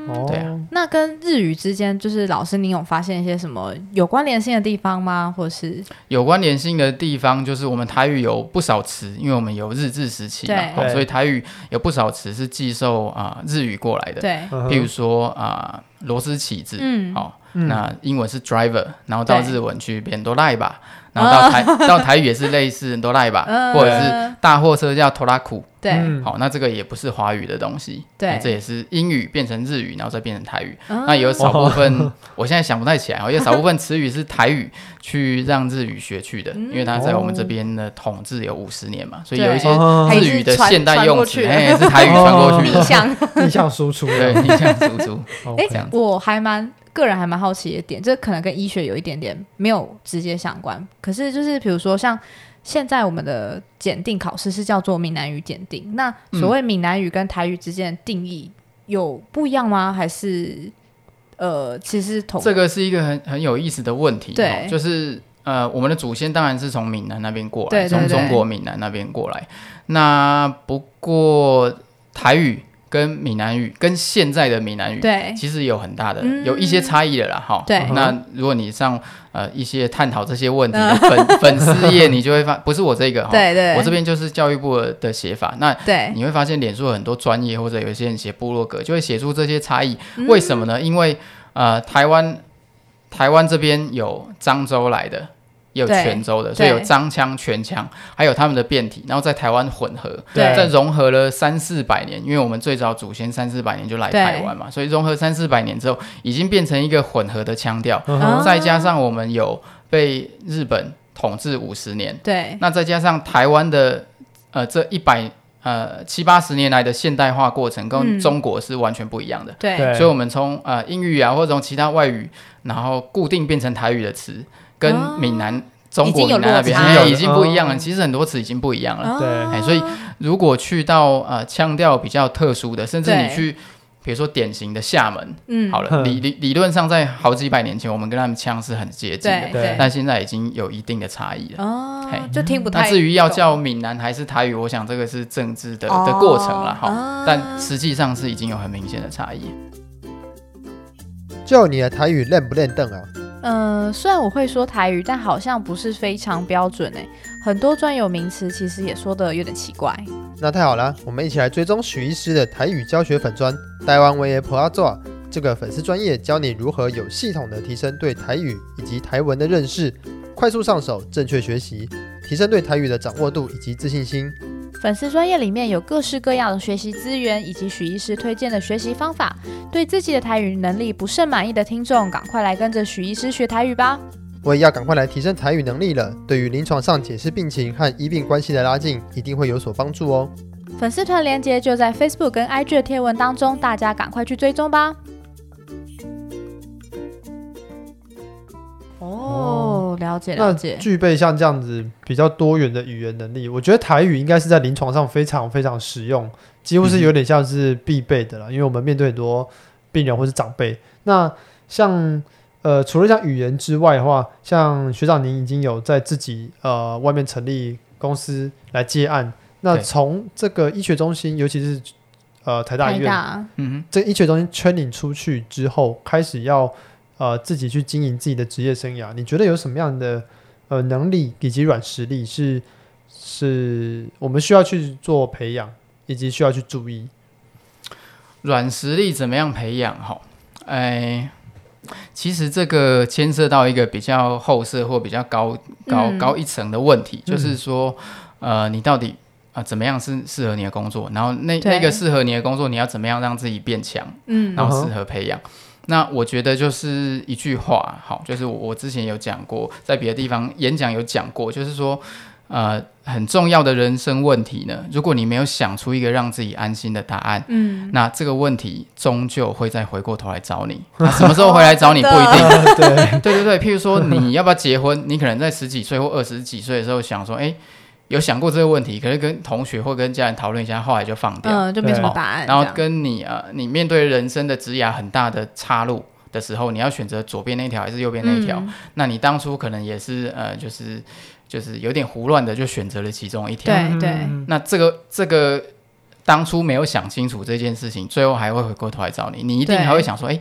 哦，对啊那跟日语之间，就是老师，你有发现一些什么有关联性的地方吗？或是有关联性的地方，就是我们台语有不少词，因为我们有日治时期嘛对，哦对所以台语有不少词是寄受啊、日语过来的。对，嗯哼譬如说啊、螺丝起子，嗯，好、嗯那英文是 driver，然后到对日文去变哆啦吧，然后到台、到台语也是类似哆啦吧，嗯或者是大货车叫 t o r a k u 对，嗯好、那这个也不是华语的东西，对哦哎这也是英语变成日语，然后再变成台语。那那有少部分，我现在想不太起来哦，因为少部分词语是台语去让日语学去的，因为它在我们这边的统治有五十年嘛，所以有一些嗯哦还是日语的传现代传用过词，去哎，是台语传过去逆 的，向。逆向输出对，的，逆向输出。哦哎这样，子我还蛮个人还蛮好奇的点，这可能跟医学有一点点没有直接相关，可是就是比如说像。现在我们的检定考试是叫做闽南语检定，那所谓闽南语跟台语之间的定义有不一样吗？还是呃，其实同这个是一个很很有意思的问题，对哦就是呃，我们的祖先当然是从闽南那边过对对来，从对中国闽南那边过来。那不过台语跟闽南语跟现在的闽南语对其实有很大的、嗯有一些差异了啦，哈。哦对那如果你上呃一些探讨这些问 题的粉粉丝页，你就会发，不是我这个哈，对对，我这边就是教育部的写法。那对你会发现，脸书有很多专业或者有一些人写部落格，就会写出这些差异。嗯为什么呢？因为呃，台湾台湾这边有漳州来的，也有对泉州的，所以对有漳腔、泉腔，还有他们的变体，然后在台湾混合，对再融合了三四百年。因为我们最早祖先三四百年就来对台湾嘛，所以融合三四百年之后，已经变成一个混合的腔调。嗯啊哼再加上我们有被日本统治五十年。对那再加上台湾的呃这一百呃七八十年来的现代化过程，嗯跟中国是完全不一样的。对对所以，我们从呃英语啊，或者从其他外语，然后固定变成台语的词，跟哦闽南、中已经国有闽南那边落差哎了已经不一样了。哦其实很多词已经不一样了。啊对哎，所以如果去到呃腔调比较特殊的，甚至你对去，比如说典型的厦门，嗯好了，嗯理理理论上在好几百年前，我们跟他们腔是很接近对的，对但现在已经有一定的差异了。哦嘿，就听不那太懂。至于要叫闽南还是台语，我想这个是政治的哦的过程了哈，啊但实际上是已经有很明显的差异。就你的台语练不练凳啊？呃，虽然我会说台语，但好像不是非常标准哎，很多专有名词其实也说的有点奇怪。那太好了，我们一起来追踪许医师的台语教学粉砖“台湾维也普拉做”这个粉丝专业，教你如何有系统的提升对台语以及台文的认识，快速上手，正确学习，提升对台语的掌握度以及自信心。粉丝专业里面有各式各样的学习资源，以及许医师推荐的学习方法。对自己的台语能力不甚满意的听众，赶快来跟着许医师学台语吧！我也要赶快来提升台语能力了。对于临床上解释病情和医病关系的拉近，一定会有所帮助哦。粉丝团连接就在 Facebook 跟 IG 的贴文当中，大家赶快去追踪吧。哦，了解那了解，具备像这样子比较多元的语言能力，我觉得台语应该是在临床上非常非常实用，几乎是有点像是必备的了。因为我们面对很多病人或是长辈，那像呃除了像语言之外的话，像学长您已经有在自己呃外面成立公司来接案，那对从这个医学中心，尤其是呃台大医太院大嗯这医学中心圈你出去之后，开始要呃自己去经营自己的职业生涯，你觉得有什么样的呃能力以及软实力是是我们需要去做培养，以及需要去注意？哼，软实力怎么样培养？哈，哎，其实这个牵涉到一个比较后设或比较高高、嗯高一层的问题，就是说，呃，你到底。啊、怎么样是适合你的工作？然后那对那个适合你的工作，你要怎么样让自己变强？嗯然嗯后哼适合培养。那我觉得就是一句话，好，就是我我之前有讲过，在别的地方演讲有讲过，就是说，呃很重要的人生问题呢，如果你没有想出一个让自己安心的答案，嗯，那这个问题终究会再回过头来找你。那什么时候回来找 你不一定。对， 对对对，譬如说你要不要结婚，你可能在十几岁或二十几岁的时候想说，哎，有想过这个问题，可是跟同学或跟家人讨论一下，后来就放掉。嗯，就没什么对答案这然样。后跟你呃，你面对人生的职涯很大的岔路的时候，你要选择左边那条还是右边那条？嗯那你当初可能也是呃，就是就是有点胡乱的就选择了其中一条。对对嗯那这个这个当初没有想清楚这件事情，最后还会回过头来找你，你一定对还会想说，哎，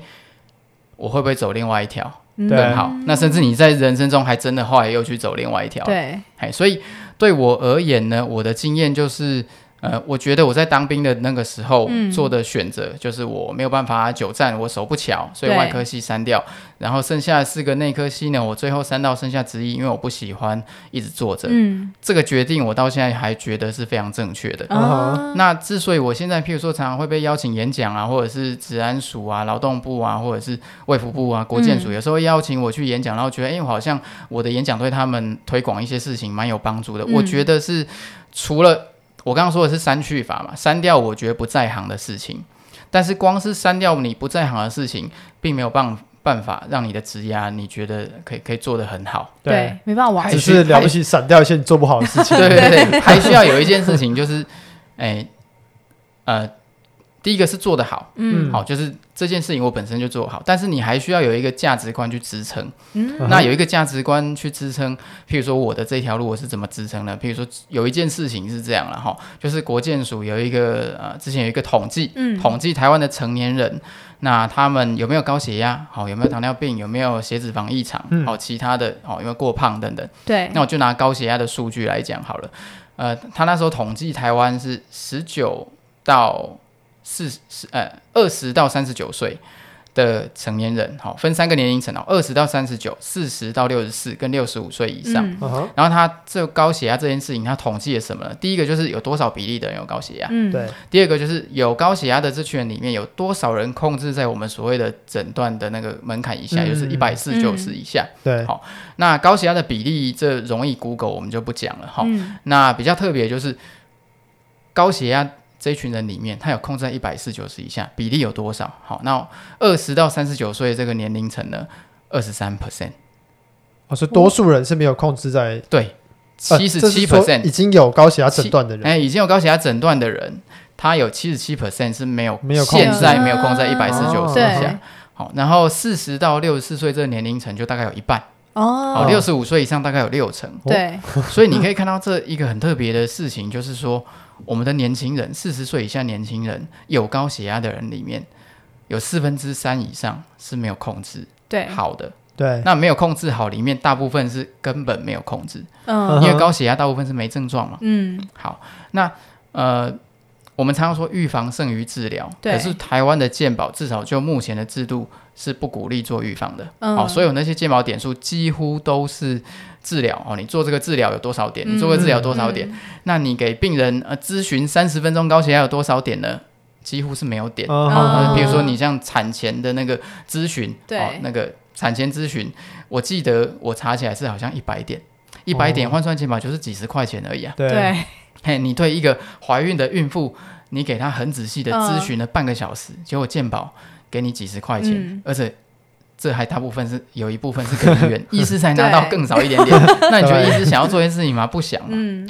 我会不会走另外一条？嗯对更好。那甚至你在人生中还真的后来又去走另外一条，对，嗯哎，所以对我而言呢，我的经验就是，呃，我觉得我在当兵的那个时候嗯做的选择，就是我没有办法久战，我手不巧，所以对外科系删掉，然后剩下的四个内科系呢，我最后删到剩下职医，因为我不喜欢一直坐着。嗯这个决定我到现在还觉得是非常正确的。啊，那之所以我现在，譬如说常常会被邀请演讲啊，或者是治安署啊、劳动部啊，或者是卫福部啊、国建署，有时候邀请我去演讲，然后觉得，哎、我好像我的演讲对他们推广一些事情蛮有帮助的。嗯我觉得是除了我刚刚说的是删去法嘛，删掉我觉得不在行的事情，但是光是删掉你不在行的事情，并没有办办法让你的职涯你觉得可以可以做得 很好。对，没办法往还只前是了不起闪掉一些你做不好的事情。对对 对，还需要有一件事情就是，哎、呃，第一个是做得好，嗯嗯好，就是这件事情我本身就做好，但是你还需要有一个价值观去支撑。嗯嗯那有一个价值观去支撑，譬如说我的这条路我是怎么支撑呢？譬如说有一件事情是这样了哈，就是国建署有一个呃，之前有一个统计，嗯统计台湾的成年人，那他们有没有高血压？好、有没有糖尿病？有没有血脂肪异常？好、嗯其他的哦，有没有过胖等等？对那我就拿高血压的数据来讲好了。呃，他那时候统计台湾是十九到四十呃二十到三十九岁的成年人，好、分三个年龄层哦，二十到三十九、四十到六十四跟六十五岁以上。嗯嗯哼，然后他这个高血压这件事情，他统计了什么呢？第一个就是有多少比例的人有高血压，嗯对，第二个就是有高血压的这群人里面有多少人控制在我们所谓的诊断的那个门槛以下，嗯就是一百四九十以下。对，好那高血压的比例，这容易 Google 我们就不讲了哈。嗯那比较特别就是高血压这一群人里面，他有控制在一百四九十以下，比例有多少？好，那二十到三十九岁这个年龄层呢，二十三 percent，我说多数哦人是没有控制在对，呃七十这是七说 percent 已经有高血压诊断的人，哎，已经有高血压诊断的人，他有七十七 percent 是没有没有控制现在没有控制在一百四149九哦十以啊对下。好，然后四十到六十四岁这个年龄层就大概有一半，好，哦六十五岁以上大概有六哦成，对所以你可以看到这一个很特别的事情，就是说我们的年轻人，四十岁以下年轻人有高血压的人里面，有四分之三以上是没有控制对好的。对，那没有控制好里面，大部分是根本没有控制，嗯嗯因为高血压大部分是没症状嘛。嗯好，那呃，我们常常说预防胜于治疗，对可是台湾的健保至少就目前的制度是不鼓励做预防的。嗯哦，所有那些健保点数几乎都是治疗哦，你做这个治疗有多少点？你做个嗯治疗有多少点？那你给病人呃咨询三十分钟高血压有多少点呢？几乎是没有点。嗯啊啊，好比如说你像产前的那个咨询，对哦，那个产前咨询，我记得我查起来是好像一百点，一百点哦换算起码就是几十块钱而已啊。对，对嘿，你对一个怀孕的孕妇，你给她很仔细的咨询了半个小时，结果健保给你几十块钱，嗯而且这还大部分是有一部分是给 医院，医师才拿到对更少一点点。 那你觉得对医师想要做一件事 情吗？不想嘛。嗯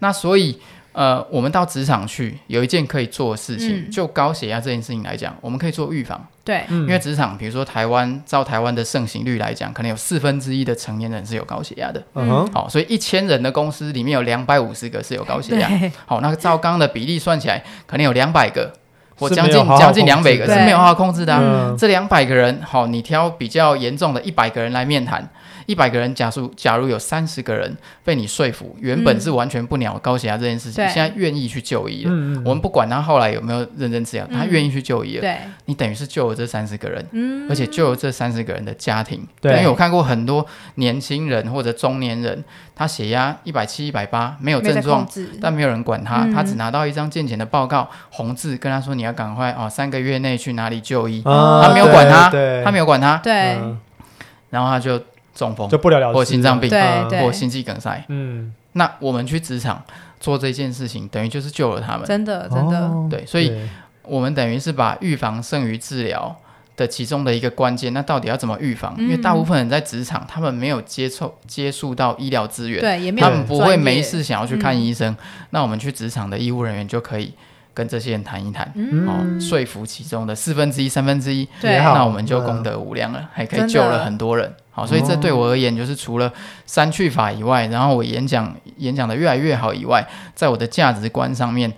那所以。呃，我们到职场去，有一件可以做的事情，嗯就高血压这件事情来讲，我们可以做预防。对因因为职场，比如说台湾，照台湾的盛行率来讲，可能有四分之一的成年人是有高血压的。嗯哼，好、所以一千人的公司里面有两百五十个是有高血压。对好、那照刚刚的比例算起来，可能有两百个或是将没有近好好将近两控制的百个是没有好好控制的、啊。嗯这两百个人，好、你挑比较严重的一百个人来面谈，一百个人假如假如有三十个人被你说服，原本嗯是完全不鸟高血压这件事情，对现在愿意去就医了。嗯我们不管他后来有没有认真治疗，他嗯愿意去就医了。对你等于是救了这三十个人，嗯而且就有这三十个人的家庭，对因为我看过很多年轻人或者中年人，他血压一百七、一百八，没有没有症在状控，制但没有人管他，嗯他只拿到一张健检的报告，红字跟他说你要赶快哦，三个月内去哪里就医，啊他没有管他对，他没有管他，对嗯然后他就中风就不了了之，或心脏病对嗯对或心肌梗塞，嗯，那我们去职场做这件事情，等于就是救了他们。真的真的，哦对所以对我们等于是把预防胜于治疗的其中的一个关键。那到底要怎么预嗯防？因为大部分人在职场，他们没有接触接触到医疗资源，对，也没有他们不会专业没，事想要去看嗯医生。那我们去职场的医务人员就可以跟这些人谈一谈，嗯，哦，说服其中的四分之一、三分之一，对也好嗯那我们就功德无量了，还可以救了很多人。好，所以这对我而言就是除了删去法以外，然后我演讲演讲的越来越好以外，在我的价值观上面，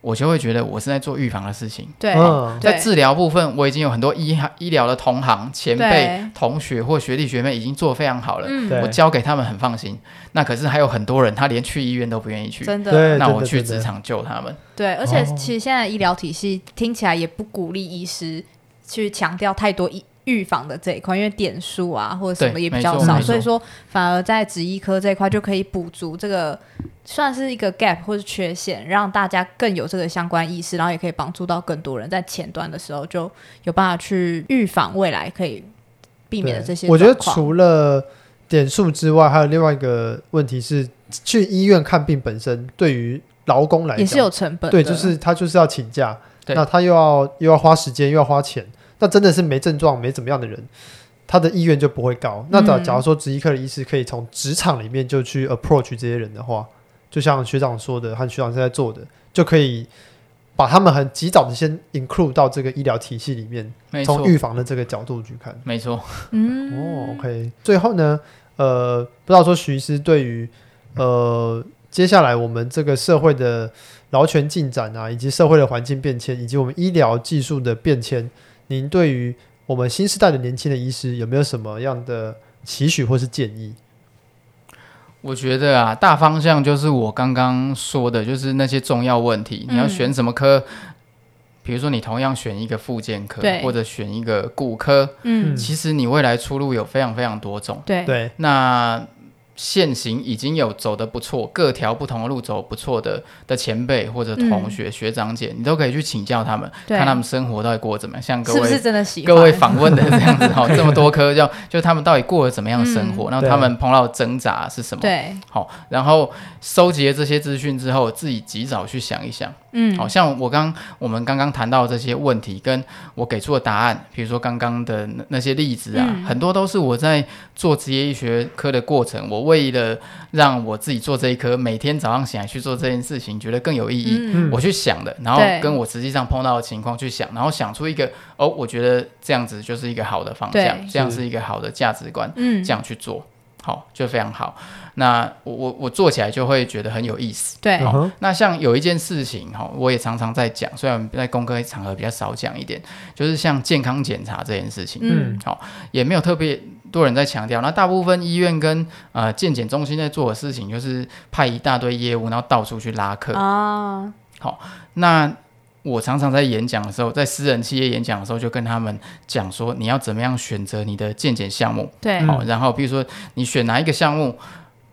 我就会觉得我是在做预防的事情。对，嗯对在治疗部分，我已经有很多医行医疗的同行、前辈对、同学或学弟学妹已经做得非常好了，嗯，对我交给他们很放心。那可是还有很多人，他连去医院都不愿意去，真的，对，那真我的去真的职场救他们。对，而且哦其实现在医疗体系听起来也不鼓励医师去强调太多医预防的这一块，因为点数啊或者什么对也比没较错少，没所以错说反而在职医科这一块就可以补足这个算是一个 gap 或是缺陷，让大家更有这个相关意识，然后也可以帮助到更多人在前端的时候就有办法去预防未来可以避免的对这些我觉得状况除了点数之外，还有另外一个问题是，去医院看病本身对于劳工来讲也是有成本的，对，就是他就是要请假，对那他又要又要花时间又要花钱，那真的是没症状没怎么样的人，他的意愿就不会高。那假嗯假如说职医科的医师可以从职场里面就去 approach 这些人的话，就像学长说的和学长现在做的，就可以把他们很及早的先 include 到这个医疗体系里面，没错从，预防的这个角度去看。没错。哦嗯， ，OK。最后呢，呃，不知道说徐医师对于呃接下来我们这个社会的劳权进展啊，以及社会的环境变迁，以及我们医疗技术的变迁，您对于我们新时代的年轻的医师有没有什么样的期许或是建议？我觉得啊，大方向就是我刚刚说的，就是那些重要问题，嗯你要选什么科？比如说，你同样选一个附件科对，或者选一个骨科，嗯嗯，其实你未来出路有非常非常多种。对，对，那现行已经有走得不错，各条不同的路走得不错的的前辈或者同学、学长姐，你都可以去请教他们，嗯对看他们生活到底过得怎么样。像各是不位是真的喜欢各位访问的这样子哈，这么多科，就就他们到底过得怎么样的生 嗯活，然后对他们碰到的挣扎是什么？对，好，然后收集了这些资讯之后，自己及早去想一想。嗯，好像我刚我们刚刚谈到这些问题，跟我给出的答案，比如说刚刚的那那些例子啊，嗯很多都是我在做职业医学科的过程，我为了让我自己做这一科，每天早上醒来去做这件事情，觉得更有意义。嗯我去想的，然后对跟我实际上碰到的情况去想，然后想出一个哦，我觉得这样子就是一个好的方对向，这样是是一个好的价值观。嗯这，样去做，好就非常好。那我我我做起来就会觉得很有意思。对，嗯哼，那像有一件事情哈，我也常常在讲，虽然在工科场合比较少讲一点，就是像健康检查这件事情，嗯，也没有特别多人在强调。那大部分医院跟呃健检中心在做的事情，就是派一大堆业务，然后到处去拉客。啊，那我常常在演讲的时候，在私人企业演讲的时候，就跟他们讲说，你要怎么样选择你的健检项目。对，嗯好，然后比如说你选哪一个项目，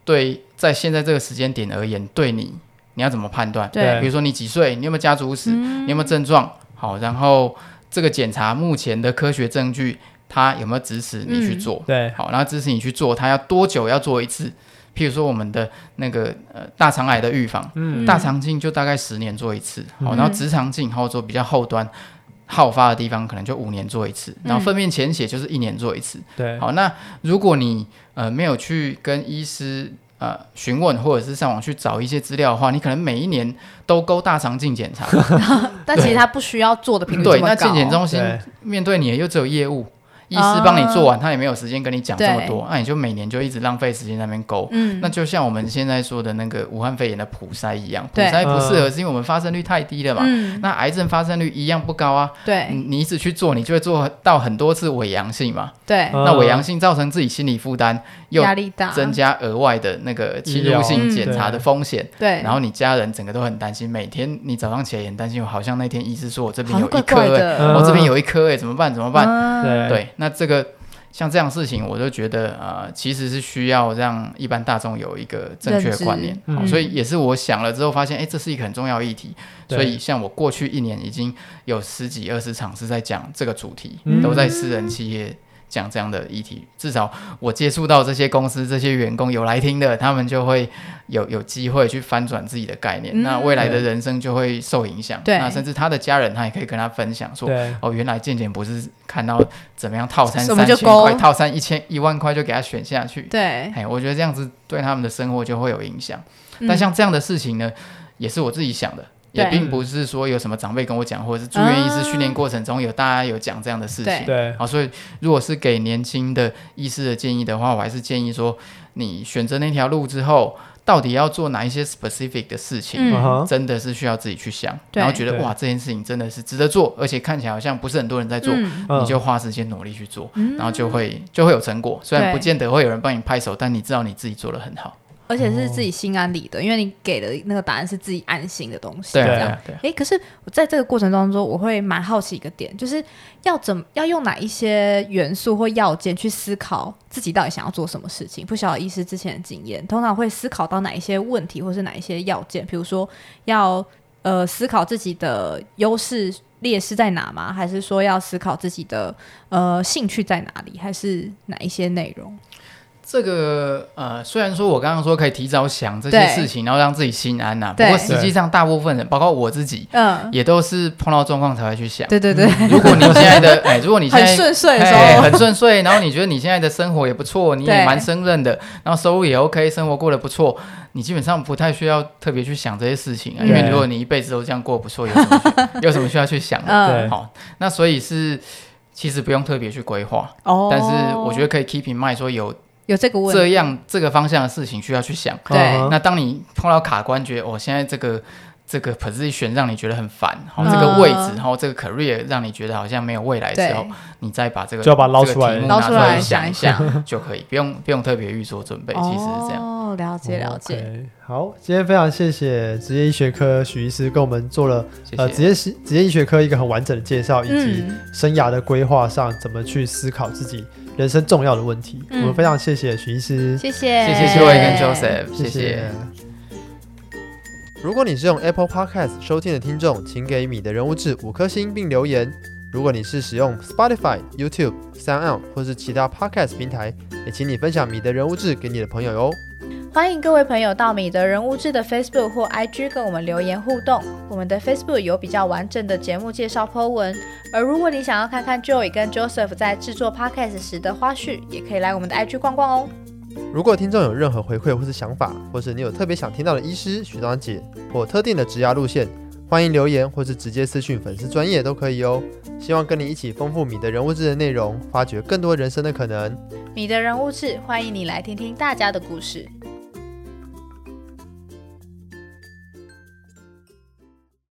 对，在现在这个时间点而言，对你你要怎么判断？对嗯比如说你几岁，你有没有家族史，你有没有症状？好，然后这个检查目前的科学证据，它有没有支持你去嗯做？对，好，然后支持你去做，它要多久要做一次？譬如说我们的那个呃大肠癌的预防，嗯大肠镜就大概十年做一次，好、嗯然后直肠镜或者说比较后端好发的地方，可能就五年做一次，然后嗯粪便潜血就是一年做一次。对，好，那如果你呃没有去跟医师呃询问，或者是上网去找一些资料的话，你可能每一年都勾大肠 镜检查。但其实他不需要做的频率对，这么啊那高健检中心对面对你的又只有业务，医师帮你做完，他也没有时间跟你讲这么哦对多，啊那你就每年就一直浪费时间在那边勾。嗯，那就像我们现在说的那个武汉肺炎的普筛一样，普对筛不适嗯合是因为我们发生率太低了嘛。嗯，那癌症发生率一样不高啊，你对你一直去做，你就会做到很多次伪阳性嘛。对，嗯那伪阳性造成自己心理负担，呃又压力大，增加额外的那个侵入性检查的风险，嗯对，然后你家人整个都很担心，每天你早上起来也很担心，我好像那天医师说我这边好有像一怪颗、怪欸，的，我、这边有一颗哎、怎么办？怎么办？嗯对，对，那这个像这样的事情，我就觉得呃，其实是需要让一般大众有一个正确的观念认，知好嗯所以也是我想了之后发现，哎、这是一个很重要的议题，对所以像我过去一年已经有十几二十场是在讲这个主题，嗯都在私人企业讲这样的议题。至少我接触到这些公司、这些员工有来听的，他们就会有有机会去翻转自己的概念，嗯那未来的人生就会受影响。对那甚至他的家人，他也可以跟他分享说。对，哦，原来健检不是看到怎么样套餐什三么就千块，勾套餐一千一万块就给他选下去。对，哎，我觉得这样子对他们的生活就会有影响。但像这样的事情呢，也是我自己想的，也嗯对并不是说有什么长辈跟我讲，或者是住院医师训练过程中有大家有讲这样的事对情。对，好，所以如果是给年轻的医师的建议的话，我还是建议说，你选择那条路之后，到底要做哪一些 specific 的事情，嗯嗯哼，真的是需要自己去想，对然后觉得对哇，这件事情真的是值得做，而且看起来好像不是很多人在做，嗯嗯你就花时间努力去做，嗯然后就会就会有成果。虽然对不见得会有人帮你拍手，但你知道你自己做的很好。而且是哦自己心安理得，因为你给的那个答案是自己安心的东西。对啊，这对样。啊，对啊。诶，可是我在这个过程当中，我会蛮好奇一个点，就是要怎么要用哪一些元素或要件去思考自己到底想要做什么事情？不晓得医师之前的经验，通常会思考到哪一些问题，或是哪一些要件？比如说要呃思考自己的优势劣势在哪吗？还是说要思考自己的呃兴趣在哪里？还是哪一些内容？这个呃，虽然说我刚刚说可以提早想这些对事情，然后让自己心安呐、不对过实际上大部分人，包括我自己，嗯，也都是碰到状况才会去想。对对对，嗯如果你现在 的 哎，如果你现很在顺遂的时哎候，很顺遂，然后你觉得你现在的生活也不错，你对也蛮胜任的，然后收入也 OK，生活过得不错，你基本上不太需要特别去想这些事情嗯啊，因为对如果你一辈子都这样过得不错，有什么 需有什么需要去想的？嗯，对好，那所以是其实不用特别去规划，哦，但是我觉得可以 keep in mind 说有有这个问这题，样这个方向的事情需要去想。对嗯哼那当你碰到卡关，觉得哦，现在这个这个 position 让你觉得很烦，好、这个嗯位置，然后这个 career 让你觉得好像没有未来的时候对，你再把这个就要把它捞这出个来题目捞拿出出来来想一想 一下就可以，不用不用特别预做准备，其实是这样。哦，了解嗯了解。 OK，好，今天非常谢谢职业医学科许医师跟我们做了谢呃谢。职业是职业医学科一个很完整的介绍，以及嗯，生涯的规划上怎么去思考自己人生重要的问题。嗯我们非常谢谢许医师，谢呃谢，谢谢 Joy 跟 Joseph，谢谢谢。如果你是用 Apple Podcast 收听的听众，请给米的人物志五颗星并留言。如果你是使用 Spotify、YouTube、Sound 或是其他 Podcast 平台，也请你分享米的人物志给你的朋友哟。欢迎各位朋友到米德人物志的 Facebook 或 IG 跟我们留言互动。我们的 Facebook 有比较完整的节目介绍 po 文，而如果你想要看看 Joy 跟 Joseph 在制作 Podcast 时的花絮，也可以来我们的 IG 逛逛哦。如果听众有任何回馈或是想法，或是你有特别想听到的医师、学长姐或特定的职涯路线，欢迎留言或是直接私讯粉丝专业都可以哦。希望跟你一起丰富米的人物志的内容，发掘更多人生的可能。米德人物志，欢迎你来听听大家的故事。